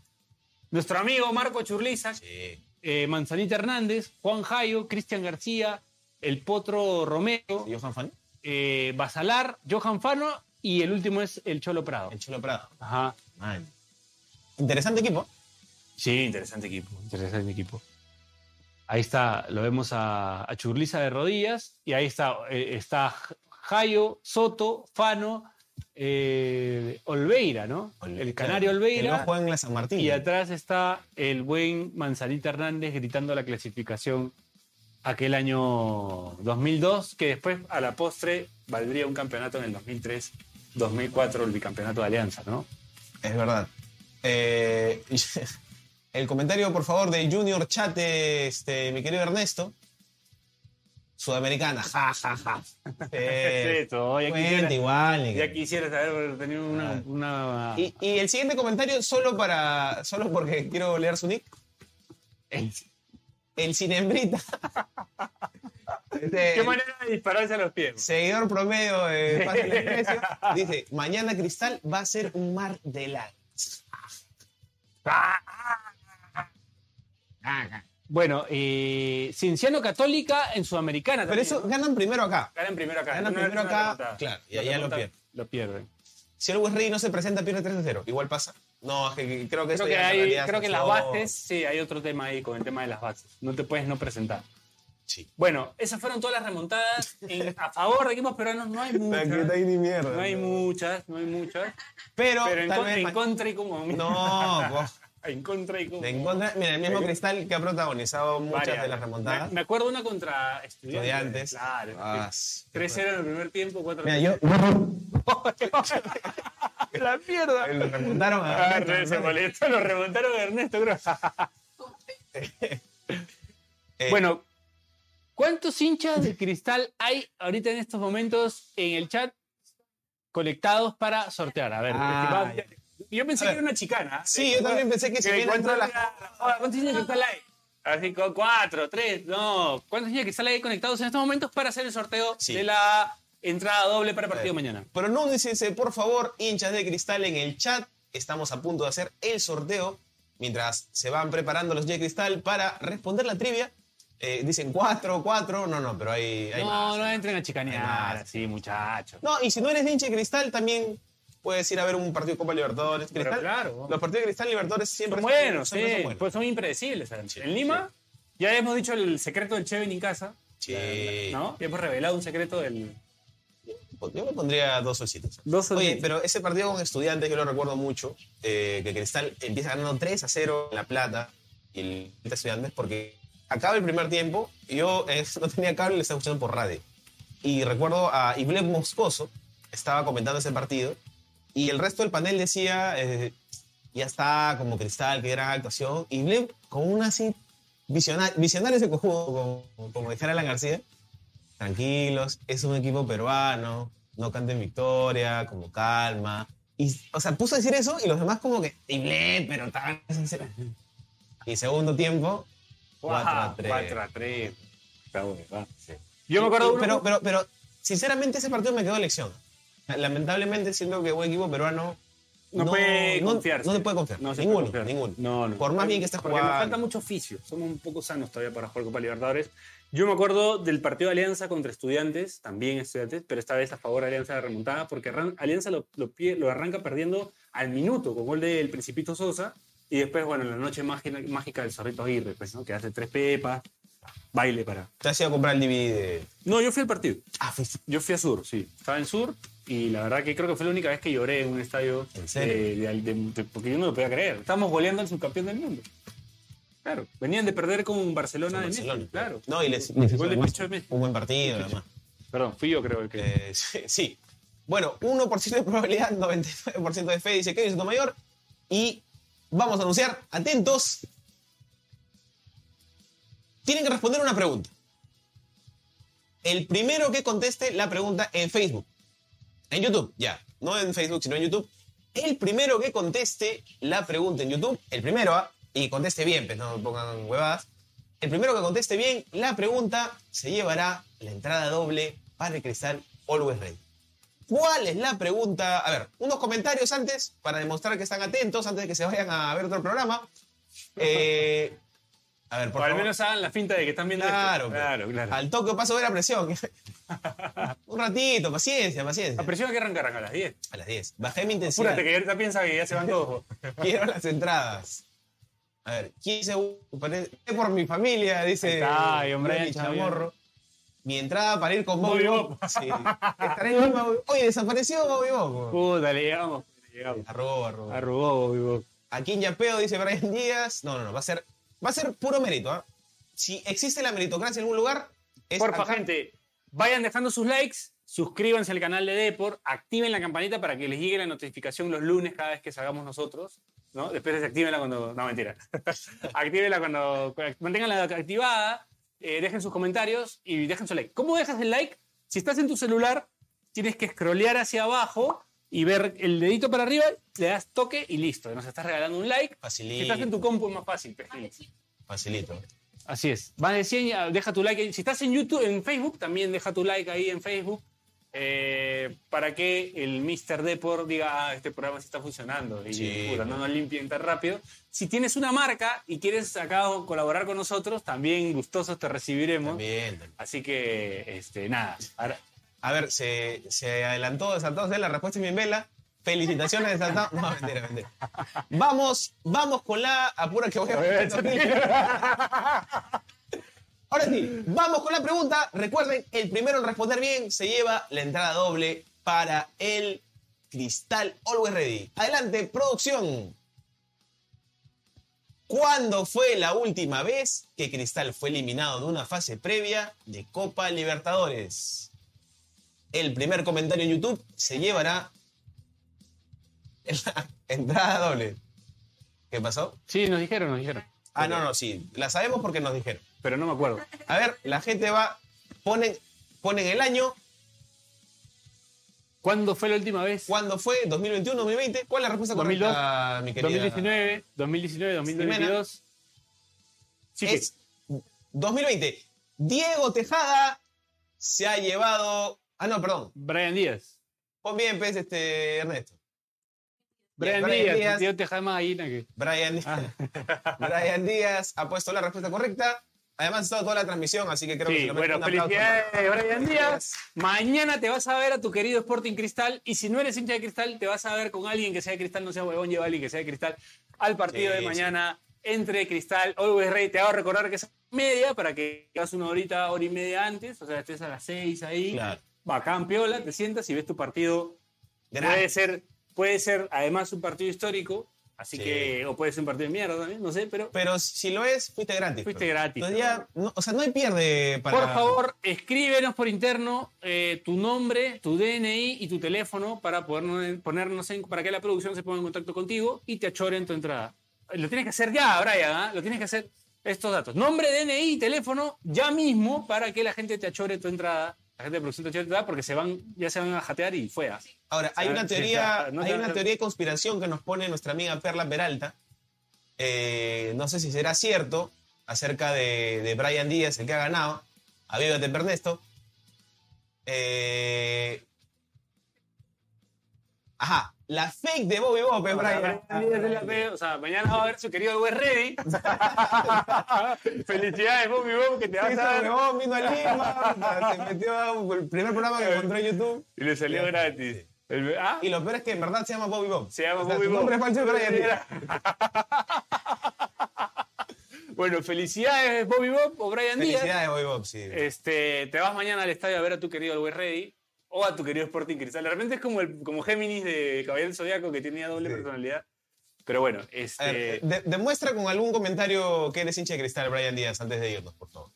Speaker 4: nuestro amigo Marco Churliza,
Speaker 3: Sí.
Speaker 4: eh, Manzanita Hernández, Juan Jayo, Cristian García, el Potro Romero,
Speaker 3: ¿Y Johan Fan?
Speaker 4: eh, Basalar, Johan Fano y el último es el Cholo Prado.
Speaker 3: El Cholo Prado.
Speaker 4: Ajá.
Speaker 3: Man. Interesante equipo.
Speaker 4: Sí, interesante equipo. Interesante equipo. Ahí está, lo vemos a, a Churliza de rodillas y ahí está, eh, está Jayo, Soto, Fano, eh, Olveira, ¿no? el canario
Speaker 3: Que
Speaker 4: Olveira.
Speaker 3: no juega en la San Martín.
Speaker 4: Y atrás está el buen Manzanita Hernández gritando la clasificación
Speaker 2: aquel año 2002, que después a la postre valdría un campeonato en el 2003, 2004, el bicampeonato de Alianza, ¿no?
Speaker 3: Es verdad. Eh, el comentario, por favor, de Junior Chate, este, mi querido Ernesto. Sudamericana, ja, ja, ja. Eh,
Speaker 2: Perfecto, ya
Speaker 3: cuenta
Speaker 2: quisiera,
Speaker 3: igual. ni
Speaker 2: ya
Speaker 3: que-
Speaker 2: quisiera saber, tener una...
Speaker 3: Ah.
Speaker 2: una-
Speaker 3: Y, y el siguiente comentario, solo para. solo porque quiero leer su nick.
Speaker 2: eh,
Speaker 3: El, el Cinembrita. Este,
Speaker 2: ¿Qué manera de dispararse a los pies?
Speaker 3: Seguidor promedio de Fácil de Precio, Dice: Mañana Cristal va a ser un mar de lágrimas.
Speaker 2: Bueno, eh, Cienciano Católica en Sudamericana.
Speaker 3: Pero eso ganan primero acá.
Speaker 2: Ganan primero acá.
Speaker 3: Ganan
Speaker 2: No, no,
Speaker 3: primero
Speaker 2: no,
Speaker 3: acá,
Speaker 2: no, no, no,
Speaker 3: claro, y
Speaker 2: no,
Speaker 3: allá
Speaker 2: no,
Speaker 3: lo
Speaker 2: no,
Speaker 3: pierden.
Speaker 2: Lo pierden.
Speaker 3: Si el West Rey no se presenta, pierde 3 0. Igual pasa. No, es que creo que eso
Speaker 2: Creo que,
Speaker 3: ya en
Speaker 2: hay,
Speaker 3: realidad
Speaker 2: creo
Speaker 3: se
Speaker 2: que las
Speaker 3: usó.
Speaker 2: bases, sí, hay otro tema ahí con el tema de las bases. No te puedes no presentar.
Speaker 3: Sí.
Speaker 2: Bueno, esas fueron todas las remontadas en- a favor de equipos peruanos. No hay muchas. No hay muchas, no hay muchas.
Speaker 3: Pero,
Speaker 2: Pero en,
Speaker 3: tal
Speaker 2: contra,
Speaker 3: vez.
Speaker 2: en
Speaker 3: ma-
Speaker 2: contra y como.
Speaker 3: No, vos.
Speaker 2: En contra y como.
Speaker 3: De en contra- mira, el mismo Cristal que ha protagonizado muchas
Speaker 2: varias.
Speaker 3: de las remontadas.
Speaker 2: Me, me acuerdo una contra estudiantes.
Speaker 3: Estudiantes.
Speaker 2: Claro.
Speaker 3: Ah, sí.
Speaker 2: 3-0 en el primer tiempo, 4
Speaker 3: Mira, yo.
Speaker 2: La mierda.
Speaker 3: Lo remontaron a.
Speaker 2: Ah, re- se molestó, lo remontaron a Ernesto, creo.
Speaker 3: Eh,
Speaker 2: Bueno, ¿cuántos hinchas de cristal hay ahorita en estos momentos en el chat conectados para sortear? A ver,
Speaker 3: Ah,
Speaker 2: estimado- yo pensé
Speaker 3: A
Speaker 2: que
Speaker 3: ver.
Speaker 2: era una chicana.
Speaker 3: Sí, yo también pensé que si
Speaker 2: Que
Speaker 3: bien entró
Speaker 2: ¿Cuántos
Speaker 3: la.
Speaker 2: ¿cuántos hinchas de cristal hay? Así, cu- cuatro, tres, no. ¿Cuántos hinchas de cristal hay conectados en estos momentos para hacer el sorteo
Speaker 3: Sí.
Speaker 2: de la entrada doble para el partido
Speaker 3: Eh.
Speaker 2: mañana?
Speaker 3: Pronúnciense, por favor, hinchas de cristal en el chat. Estamos a punto de hacer el sorteo. Mientras se van preparando los de cristal para responder la trivia. Eh, dicen 4, 4. No, no, pero hay, hay
Speaker 2: no,
Speaker 3: más.
Speaker 2: no entren a chicanear,
Speaker 3: Hay más.
Speaker 2: así, muchachos.
Speaker 3: No, y si no eres de hincha de cristal, también puedes ir a ver un partido de Copa Libertadores.
Speaker 2: Pero
Speaker 3: Cristal-
Speaker 2: claro.
Speaker 3: Los partidos de cristal Libertadores siempre
Speaker 2: Son buenos, sí,
Speaker 3: siempre son buenos.
Speaker 2: pues son impredecibles. Alan.
Speaker 3: Sí,
Speaker 2: en Lima, ya hemos dicho el secreto del Cheven en casa,
Speaker 3: Sí.
Speaker 2: ¿no? Ya hemos revelado un secreto del. pues.
Speaker 3: Yo le pondría dos solcitos.
Speaker 2: Dos
Speaker 3: Oye, pero ese partido con estudiantes, yo lo recuerdo mucho, eh, que Cristal empieza ganando 3 a 0 en La Plata y el de estudiantes, porque acaba el primer tiempo, y yo eh, no tenía cable, le estaba escuchando por radio. Y recuerdo a Ibleb Moscoso, estaba comentando ese partido, y el resto del panel decía, eh, ya está, como Cristal, qué gran actuación. Y Ibleb, con una así, visionario, visionario ese cojudo, como, como dijera Alan García, tranquilos, es un equipo peruano, no canten victoria, como calma. Y, o sea, puso a decir eso y los demás como que, "Ible, pero tan sincero". Y segundo tiempo, 4 a 3.
Speaker 2: 4 a 3. Está bueno, va. Yo me acuerdo uno-
Speaker 3: pero, pero, pero, sinceramente, ese partido me quedó lección. Lamentablemente, siento que un equipo peruano
Speaker 2: no, puede confiarse.
Speaker 3: No, te puede confiar.
Speaker 2: No se puede
Speaker 3: ninguno,
Speaker 2: confiar.
Speaker 3: ninguno.
Speaker 2: No, no.
Speaker 3: Por más bien que estés
Speaker 2: Porque nos
Speaker 3: jugando.
Speaker 2: falta mucho oficio. Somos un poco sanos todavía para jugar Copa Libertadores. Yo me acuerdo del partido de Alianza contra Estudiantes, también Estudiantes, pero esta vez a favor de Alianza de remontada, porque arran- Alianza lo, lo pie- lo arranca perdiendo al minuto con gol del Principito Sosa. Y después, bueno, la noche mágica, mágica del Zorrito Aguirre, pues, ¿no? que hace tres pepas, baile para.
Speaker 3: Te has ido a comprar el DVD de...
Speaker 2: No, yo fui al partido.
Speaker 3: Ah, fuiste.
Speaker 2: Yo fui a Sur, sí. Estaba en Sur y la verdad que creo que fue la única vez que lloré en un estadio. eh,
Speaker 3: ¿En serio?
Speaker 2: de- de- de- porque yo no lo podía creer. Estábamos goleando al subcampeón del mundo. Claro. Venían de perder con Barcelona
Speaker 3: a
Speaker 2: de
Speaker 3: Barcelona.
Speaker 2: Messi, claro.
Speaker 3: No, y les,
Speaker 2: El
Speaker 3: les hizo
Speaker 2: gol de
Speaker 3: además
Speaker 2: Picho de Messi.
Speaker 3: un buen partido, además.
Speaker 2: Perdón, fui yo creo el que.
Speaker 3: Eh, sí, sí. Bueno, 1% de probabilidad, 99% de fe, dice Kevin Sotomayor. Y vamos a anunciar, atentos. Tienen que responder una pregunta. El primero que conteste la pregunta en Facebook. En YouTube, ya. No en Facebook, sino en YouTube. El primero que conteste la pregunta en YouTube, el primero, ¿ah? y conteste bien, pues no pongan huevadas. El primero que conteste bien la pregunta se llevará la entrada doble para el cristal Always Ready. ¿Cuál es la pregunta? A ver, unos comentarios antes para demostrar que están atentos antes de que se vayan a ver otro programa. Eh, a ver,
Speaker 2: o
Speaker 3: por
Speaker 2: al
Speaker 3: favor.
Speaker 2: menos hagan la finta de que están viendo
Speaker 3: Claro, pues.
Speaker 2: esto. claro, claro.
Speaker 3: Al toque paso de la presión. Un ratito, paciencia, paciencia.
Speaker 2: La presión que arrancarán a las 10.
Speaker 3: A las 10. Bajé mi intensidad.
Speaker 2: Apúrate que ahorita piensa que ya se van todos.
Speaker 3: Quiero las entradas. A ver, 15 segundos. parece- Es por mi familia, dice.
Speaker 2: Está, y hombre, ya
Speaker 3: Johnny
Speaker 2: está bien.
Speaker 3: chamorro. Mi entrada para ir con Bobby
Speaker 2: Bobby
Speaker 3: Bob. Sí. Estaré en Lima, Bobby- Oye, desapareció Bobby Bob.
Speaker 2: Puta, le llegamos. Le llegamos.
Speaker 3: Arroba, arroba.
Speaker 2: Arrugó, vivo.
Speaker 3: Aquí en Yapeo dice Brian Díaz. No, no, no. Va a ser, va a ser puro mérito, ¿ah? si existe la meritocracia en algún lugar, es
Speaker 2: Porfa,
Speaker 3: acá.
Speaker 2: gente, vayan dejando sus likes, suscríbanse al canal de Deport, activen la campanita para que les llegue la notificación los lunes cada vez que salgamos nosotros. ¿no? Después desactívenla cuando. No, mentira. actívenla cuando. Manténganla activada, eh, dejen sus comentarios y dejen su like. ¿Cómo dejas el like? Si estás en tu celular, tienes que scrollear hacia abajo y ver el dedito para arriba, le das toque y listo. Nos estás regalando un like. Si estás en
Speaker 3: Facilito,
Speaker 2: tu compu es más fácil. Pestín.
Speaker 3: facilito.
Speaker 2: Así es. Más de 100, ya, deja tu like. ahí. Si estás en YouTube, en Facebook, también deja tu like ahí en Facebook eh, para que el Mr. Deport diga, ah, este programa sí está funcionando y
Speaker 3: Sí.
Speaker 2: puta, no nos limpien tan rápido. Si tienes una marca y quieres acá colaborar con nosotros, también gustosos te recibiremos.
Speaker 3: También, también.
Speaker 2: Así que, este, nada. Ahora-
Speaker 3: A ver, se, se adelantó Desantados de la respuesta es bien vela. Felicitaciones Desantados. No, mentira, mentira. Vamos, vamos con la apura que voy a Ahora sí, vamos con la pregunta. Recuerden, el primero en responder bien se lleva la entrada doble para el Cristal Always Ready. Adelante, producción. ¿Cuándo fue la última vez que Cristal fue eliminado de una fase previa de Copa Libertadores? El primer comentario en YouTube se llevará la entrada doble. ¿Qué pasó?
Speaker 2: sí, nos dijeron, nos dijeron.
Speaker 3: Ah, no, no, sí. La sabemos porque nos dijeron.
Speaker 2: Pero no me acuerdo.
Speaker 3: A ver, la gente va, ponen, ponen el año,
Speaker 2: ¿Cuándo fue la última vez?
Speaker 3: ¿cuándo fue? ¿2021, 2020? ¿Cuál es la respuesta
Speaker 2: 2002,
Speaker 3: correcta, mi querida?
Speaker 2: 2019, 2019, 2022. Sí,
Speaker 3: Es 2020. Diego Tejada se ha llevado... Ah, no, perdón.
Speaker 2: Brian Díaz.
Speaker 3: Pon bien, pues, este, Ernesto.
Speaker 2: Brian,
Speaker 3: Brian
Speaker 2: Díaz,
Speaker 3: Díaz.
Speaker 2: el tío Tejada Magallanes, que-
Speaker 3: Brian Díaz.
Speaker 2: Ah.
Speaker 3: Brian Díaz ha puesto la respuesta correcta. Además, ha estado toda la transmisión, así que creo que
Speaker 2: Sí,
Speaker 3: se lo merece
Speaker 2: bueno,
Speaker 3: un aplauso.
Speaker 2: felicidades, Brian Díaz. Mañana te vas a ver a tu querido Sporting Cristal y si no eres hincha de Cristal, te vas a ver con alguien que sea de Cristal, no sea huevón, lleva a alguien que sea de Cristal al partido
Speaker 3: Sí,
Speaker 2: de
Speaker 3: sí.
Speaker 2: mañana entre Cristal, Always Rey. Te hago recordar que es media para que hagas una horita, hora y media antes, o sea, estés a las seis ahí.
Speaker 3: Claro.
Speaker 2: Bacán, piola, te sientas y ves tu partido. Puede
Speaker 3: Gracias.
Speaker 2: ser, puede ser además un partido histórico, así
Speaker 3: Sí.
Speaker 2: que, o puede ser un partido de mierda también, no sé, pero
Speaker 3: Pero si lo es, fuiste gratis.
Speaker 2: Fuiste
Speaker 3: pues.
Speaker 2: gratis,
Speaker 3: Entonces ya, no- o sea, no hay pierde para...
Speaker 2: Por favor, escríbenos por interno eh, tu nombre, tu DNI y tu teléfono para podernos, ponernos en, para que la producción se ponga en contacto contigo y te achoren tu entrada. Eh, Lo tienes que hacer ya, Brian, ¿ah? lo tienes que hacer estos datos. Nombre, DNI y teléfono ya mismo para que la gente te achore tu entrada. La gente de producción te achore tu entrada porque se van, ya se van a jatear y fue. ¿ah?
Speaker 3: Ahora, hay
Speaker 2: Ah,
Speaker 3: una
Speaker 2: sí,
Speaker 3: teoría,
Speaker 2: ya, no
Speaker 3: hay
Speaker 2: te-
Speaker 3: una teoría de conspiración que nos pone nuestra amiga Perla Peralta. Eh, no sé si será cierto acerca de, de Brian Díaz, el que ha ganado. Avívate, Ernesto. Eh, ajá, la fake de Bobby Bob, eh, Brian.
Speaker 2: O sea, mañana va a ver su querido West Ready. Felicidades, Bobby Bob, que te vas a
Speaker 3: Ese
Speaker 2: ver.
Speaker 3: huevón vino a Lima, puta, se metió a- el primer programa que encontró en YouTube.
Speaker 2: Y le salió gratis. El- ¿Ah?
Speaker 3: Y lo peor es que en verdad se llama Bobby Bob.
Speaker 2: Se llama
Speaker 3: O sea,
Speaker 2: Bobby
Speaker 3: su
Speaker 2: Bob.
Speaker 3: nombre es falso de Brian Díaz.
Speaker 2: Bueno, felicidades Bobby Bob o Brian Díaz.
Speaker 3: Felicidades, Bobby Bob, sí.
Speaker 2: Este, te vas mañana al estadio a ver a tu querido Always Ready o a tu querido Sporting Cristal. De repente es como, el, como Géminis de Caballero del Zodiaco que tenía doble
Speaker 3: Sí.
Speaker 2: personalidad. Pero bueno,
Speaker 3: A ver,
Speaker 2: este,
Speaker 3: de- demuestra con algún comentario que eres hincha de cristal, Brian Díaz, antes de irnos, por favor.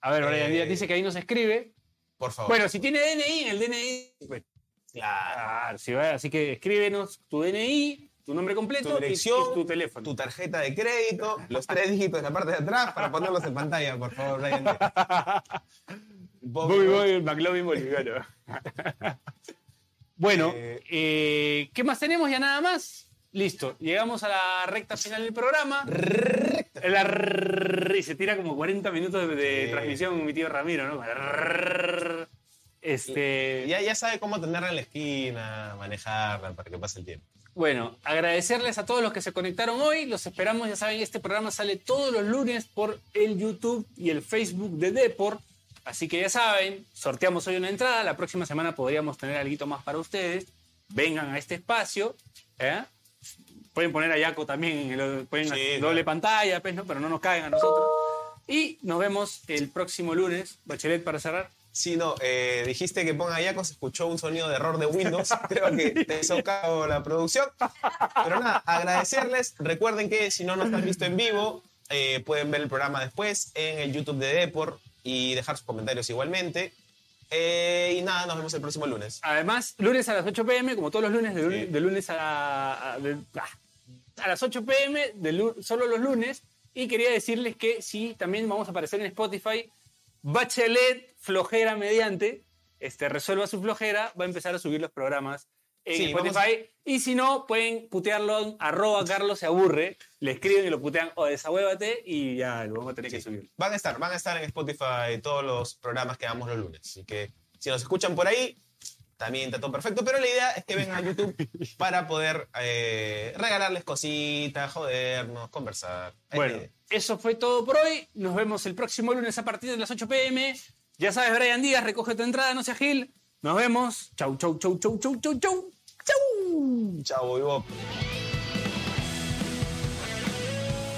Speaker 2: a ver, Brian
Speaker 3: eh,
Speaker 2: Díaz dice que ahí nos escribe.
Speaker 3: Por favor.
Speaker 2: Bueno, si tiene DNI, en el DNI. bueno, claro, si va, así que escríbenos tu DNI, tu nombre completo
Speaker 3: Tu
Speaker 2: y-
Speaker 3: dirección,
Speaker 2: y tu teléfono.
Speaker 3: tu tarjeta de crédito, los tres dígitos en la parte de atrás para ponerlos en pantalla, por favor, Brian Díaz. Bobby,
Speaker 2: Bobby Boy, McLovin boliviano. bueno,
Speaker 3: Eh,
Speaker 2: eh, ¿qué más tenemos? Ya nada más. Listo, llegamos a la recta final del programa. La rrrr- y se tira como 40 minutos de, de
Speaker 3: Sí.
Speaker 2: transmisión mi tío Ramiro, ¿no? Rrrr. Este,
Speaker 3: Ya, ya sabe cómo tenerla en la esquina, manejarla para que pase el tiempo.
Speaker 2: Bueno, agradecerles a todos los que se conectaron hoy. Los esperamos, ya saben, este programa sale todos los lunes por el YouTube y el Facebook de Deport. Así que ya saben, sorteamos hoy una entrada. La próxima semana podríamos tener algo más para ustedes. Vengan a este espacio. ¿eh? Pueden poner a Yaco también, en el- pueden
Speaker 3: Sí,
Speaker 2: hacer
Speaker 3: claro.
Speaker 2: doble pantalla, pues, ¿no? pero no nos caigan a nosotros. Y nos vemos el próximo lunes. Bachelet para cerrar.
Speaker 3: Sí, no, eh, dijiste que ponga Yaco, se escuchó un sonido de error de Windows. Creo que te hizo cago la producción. Pero nada, agradecerles. Recuerden que si no nos han visto en vivo, Eh, pueden ver el programa después en el YouTube de Depor y dejar sus comentarios igualmente. Eh, y nada, nos vemos el próximo lunes.
Speaker 2: Además, lunes a las 8 pm, como todos los lunes, de lunes,
Speaker 3: Sí.
Speaker 2: de lunes a, la- a- de- ah, a las 8 pm, de lu- solo los lunes. Y quería decirles que sí, también vamos a aparecer en Spotify. Bachelet, flojera mediante, este, resuelva su flojera, va a empezar a subir los programas en
Speaker 3: Sí, vamos
Speaker 2: Spotify. Y si no, pueden putearlo en arroba Carlos se aburre, le escriben y lo putean o desahuévate y ya lo vamos a tener que subir.
Speaker 3: Van a estar, van a estar en Spotify todos los programas que hagamos los lunes. Así que si nos escuchan por ahí, también está todo perfecto. Pero la idea es que vengan a YouTube para poder eh, regalarles cositas, jodernos, conversar. Eh, Ahí
Speaker 2: Bueno,
Speaker 3: está.
Speaker 2: Eh, eso fue todo por hoy. Nos vemos el próximo lunes a partir de las 8 pm. Ya sabes, Brian Díaz, recoge tu entrada, no seas gil. Nos vemos. Chau, chau, chau, chau, chau, chau, chau. Chau.
Speaker 3: chao, vivo.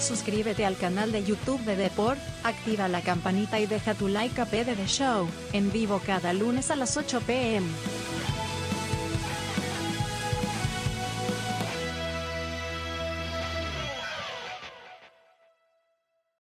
Speaker 1: Suscríbete al canal de YouTube de Deport, activa la campanita y deja tu like a PD de Show, en vivo cada lunes a las 8 pm.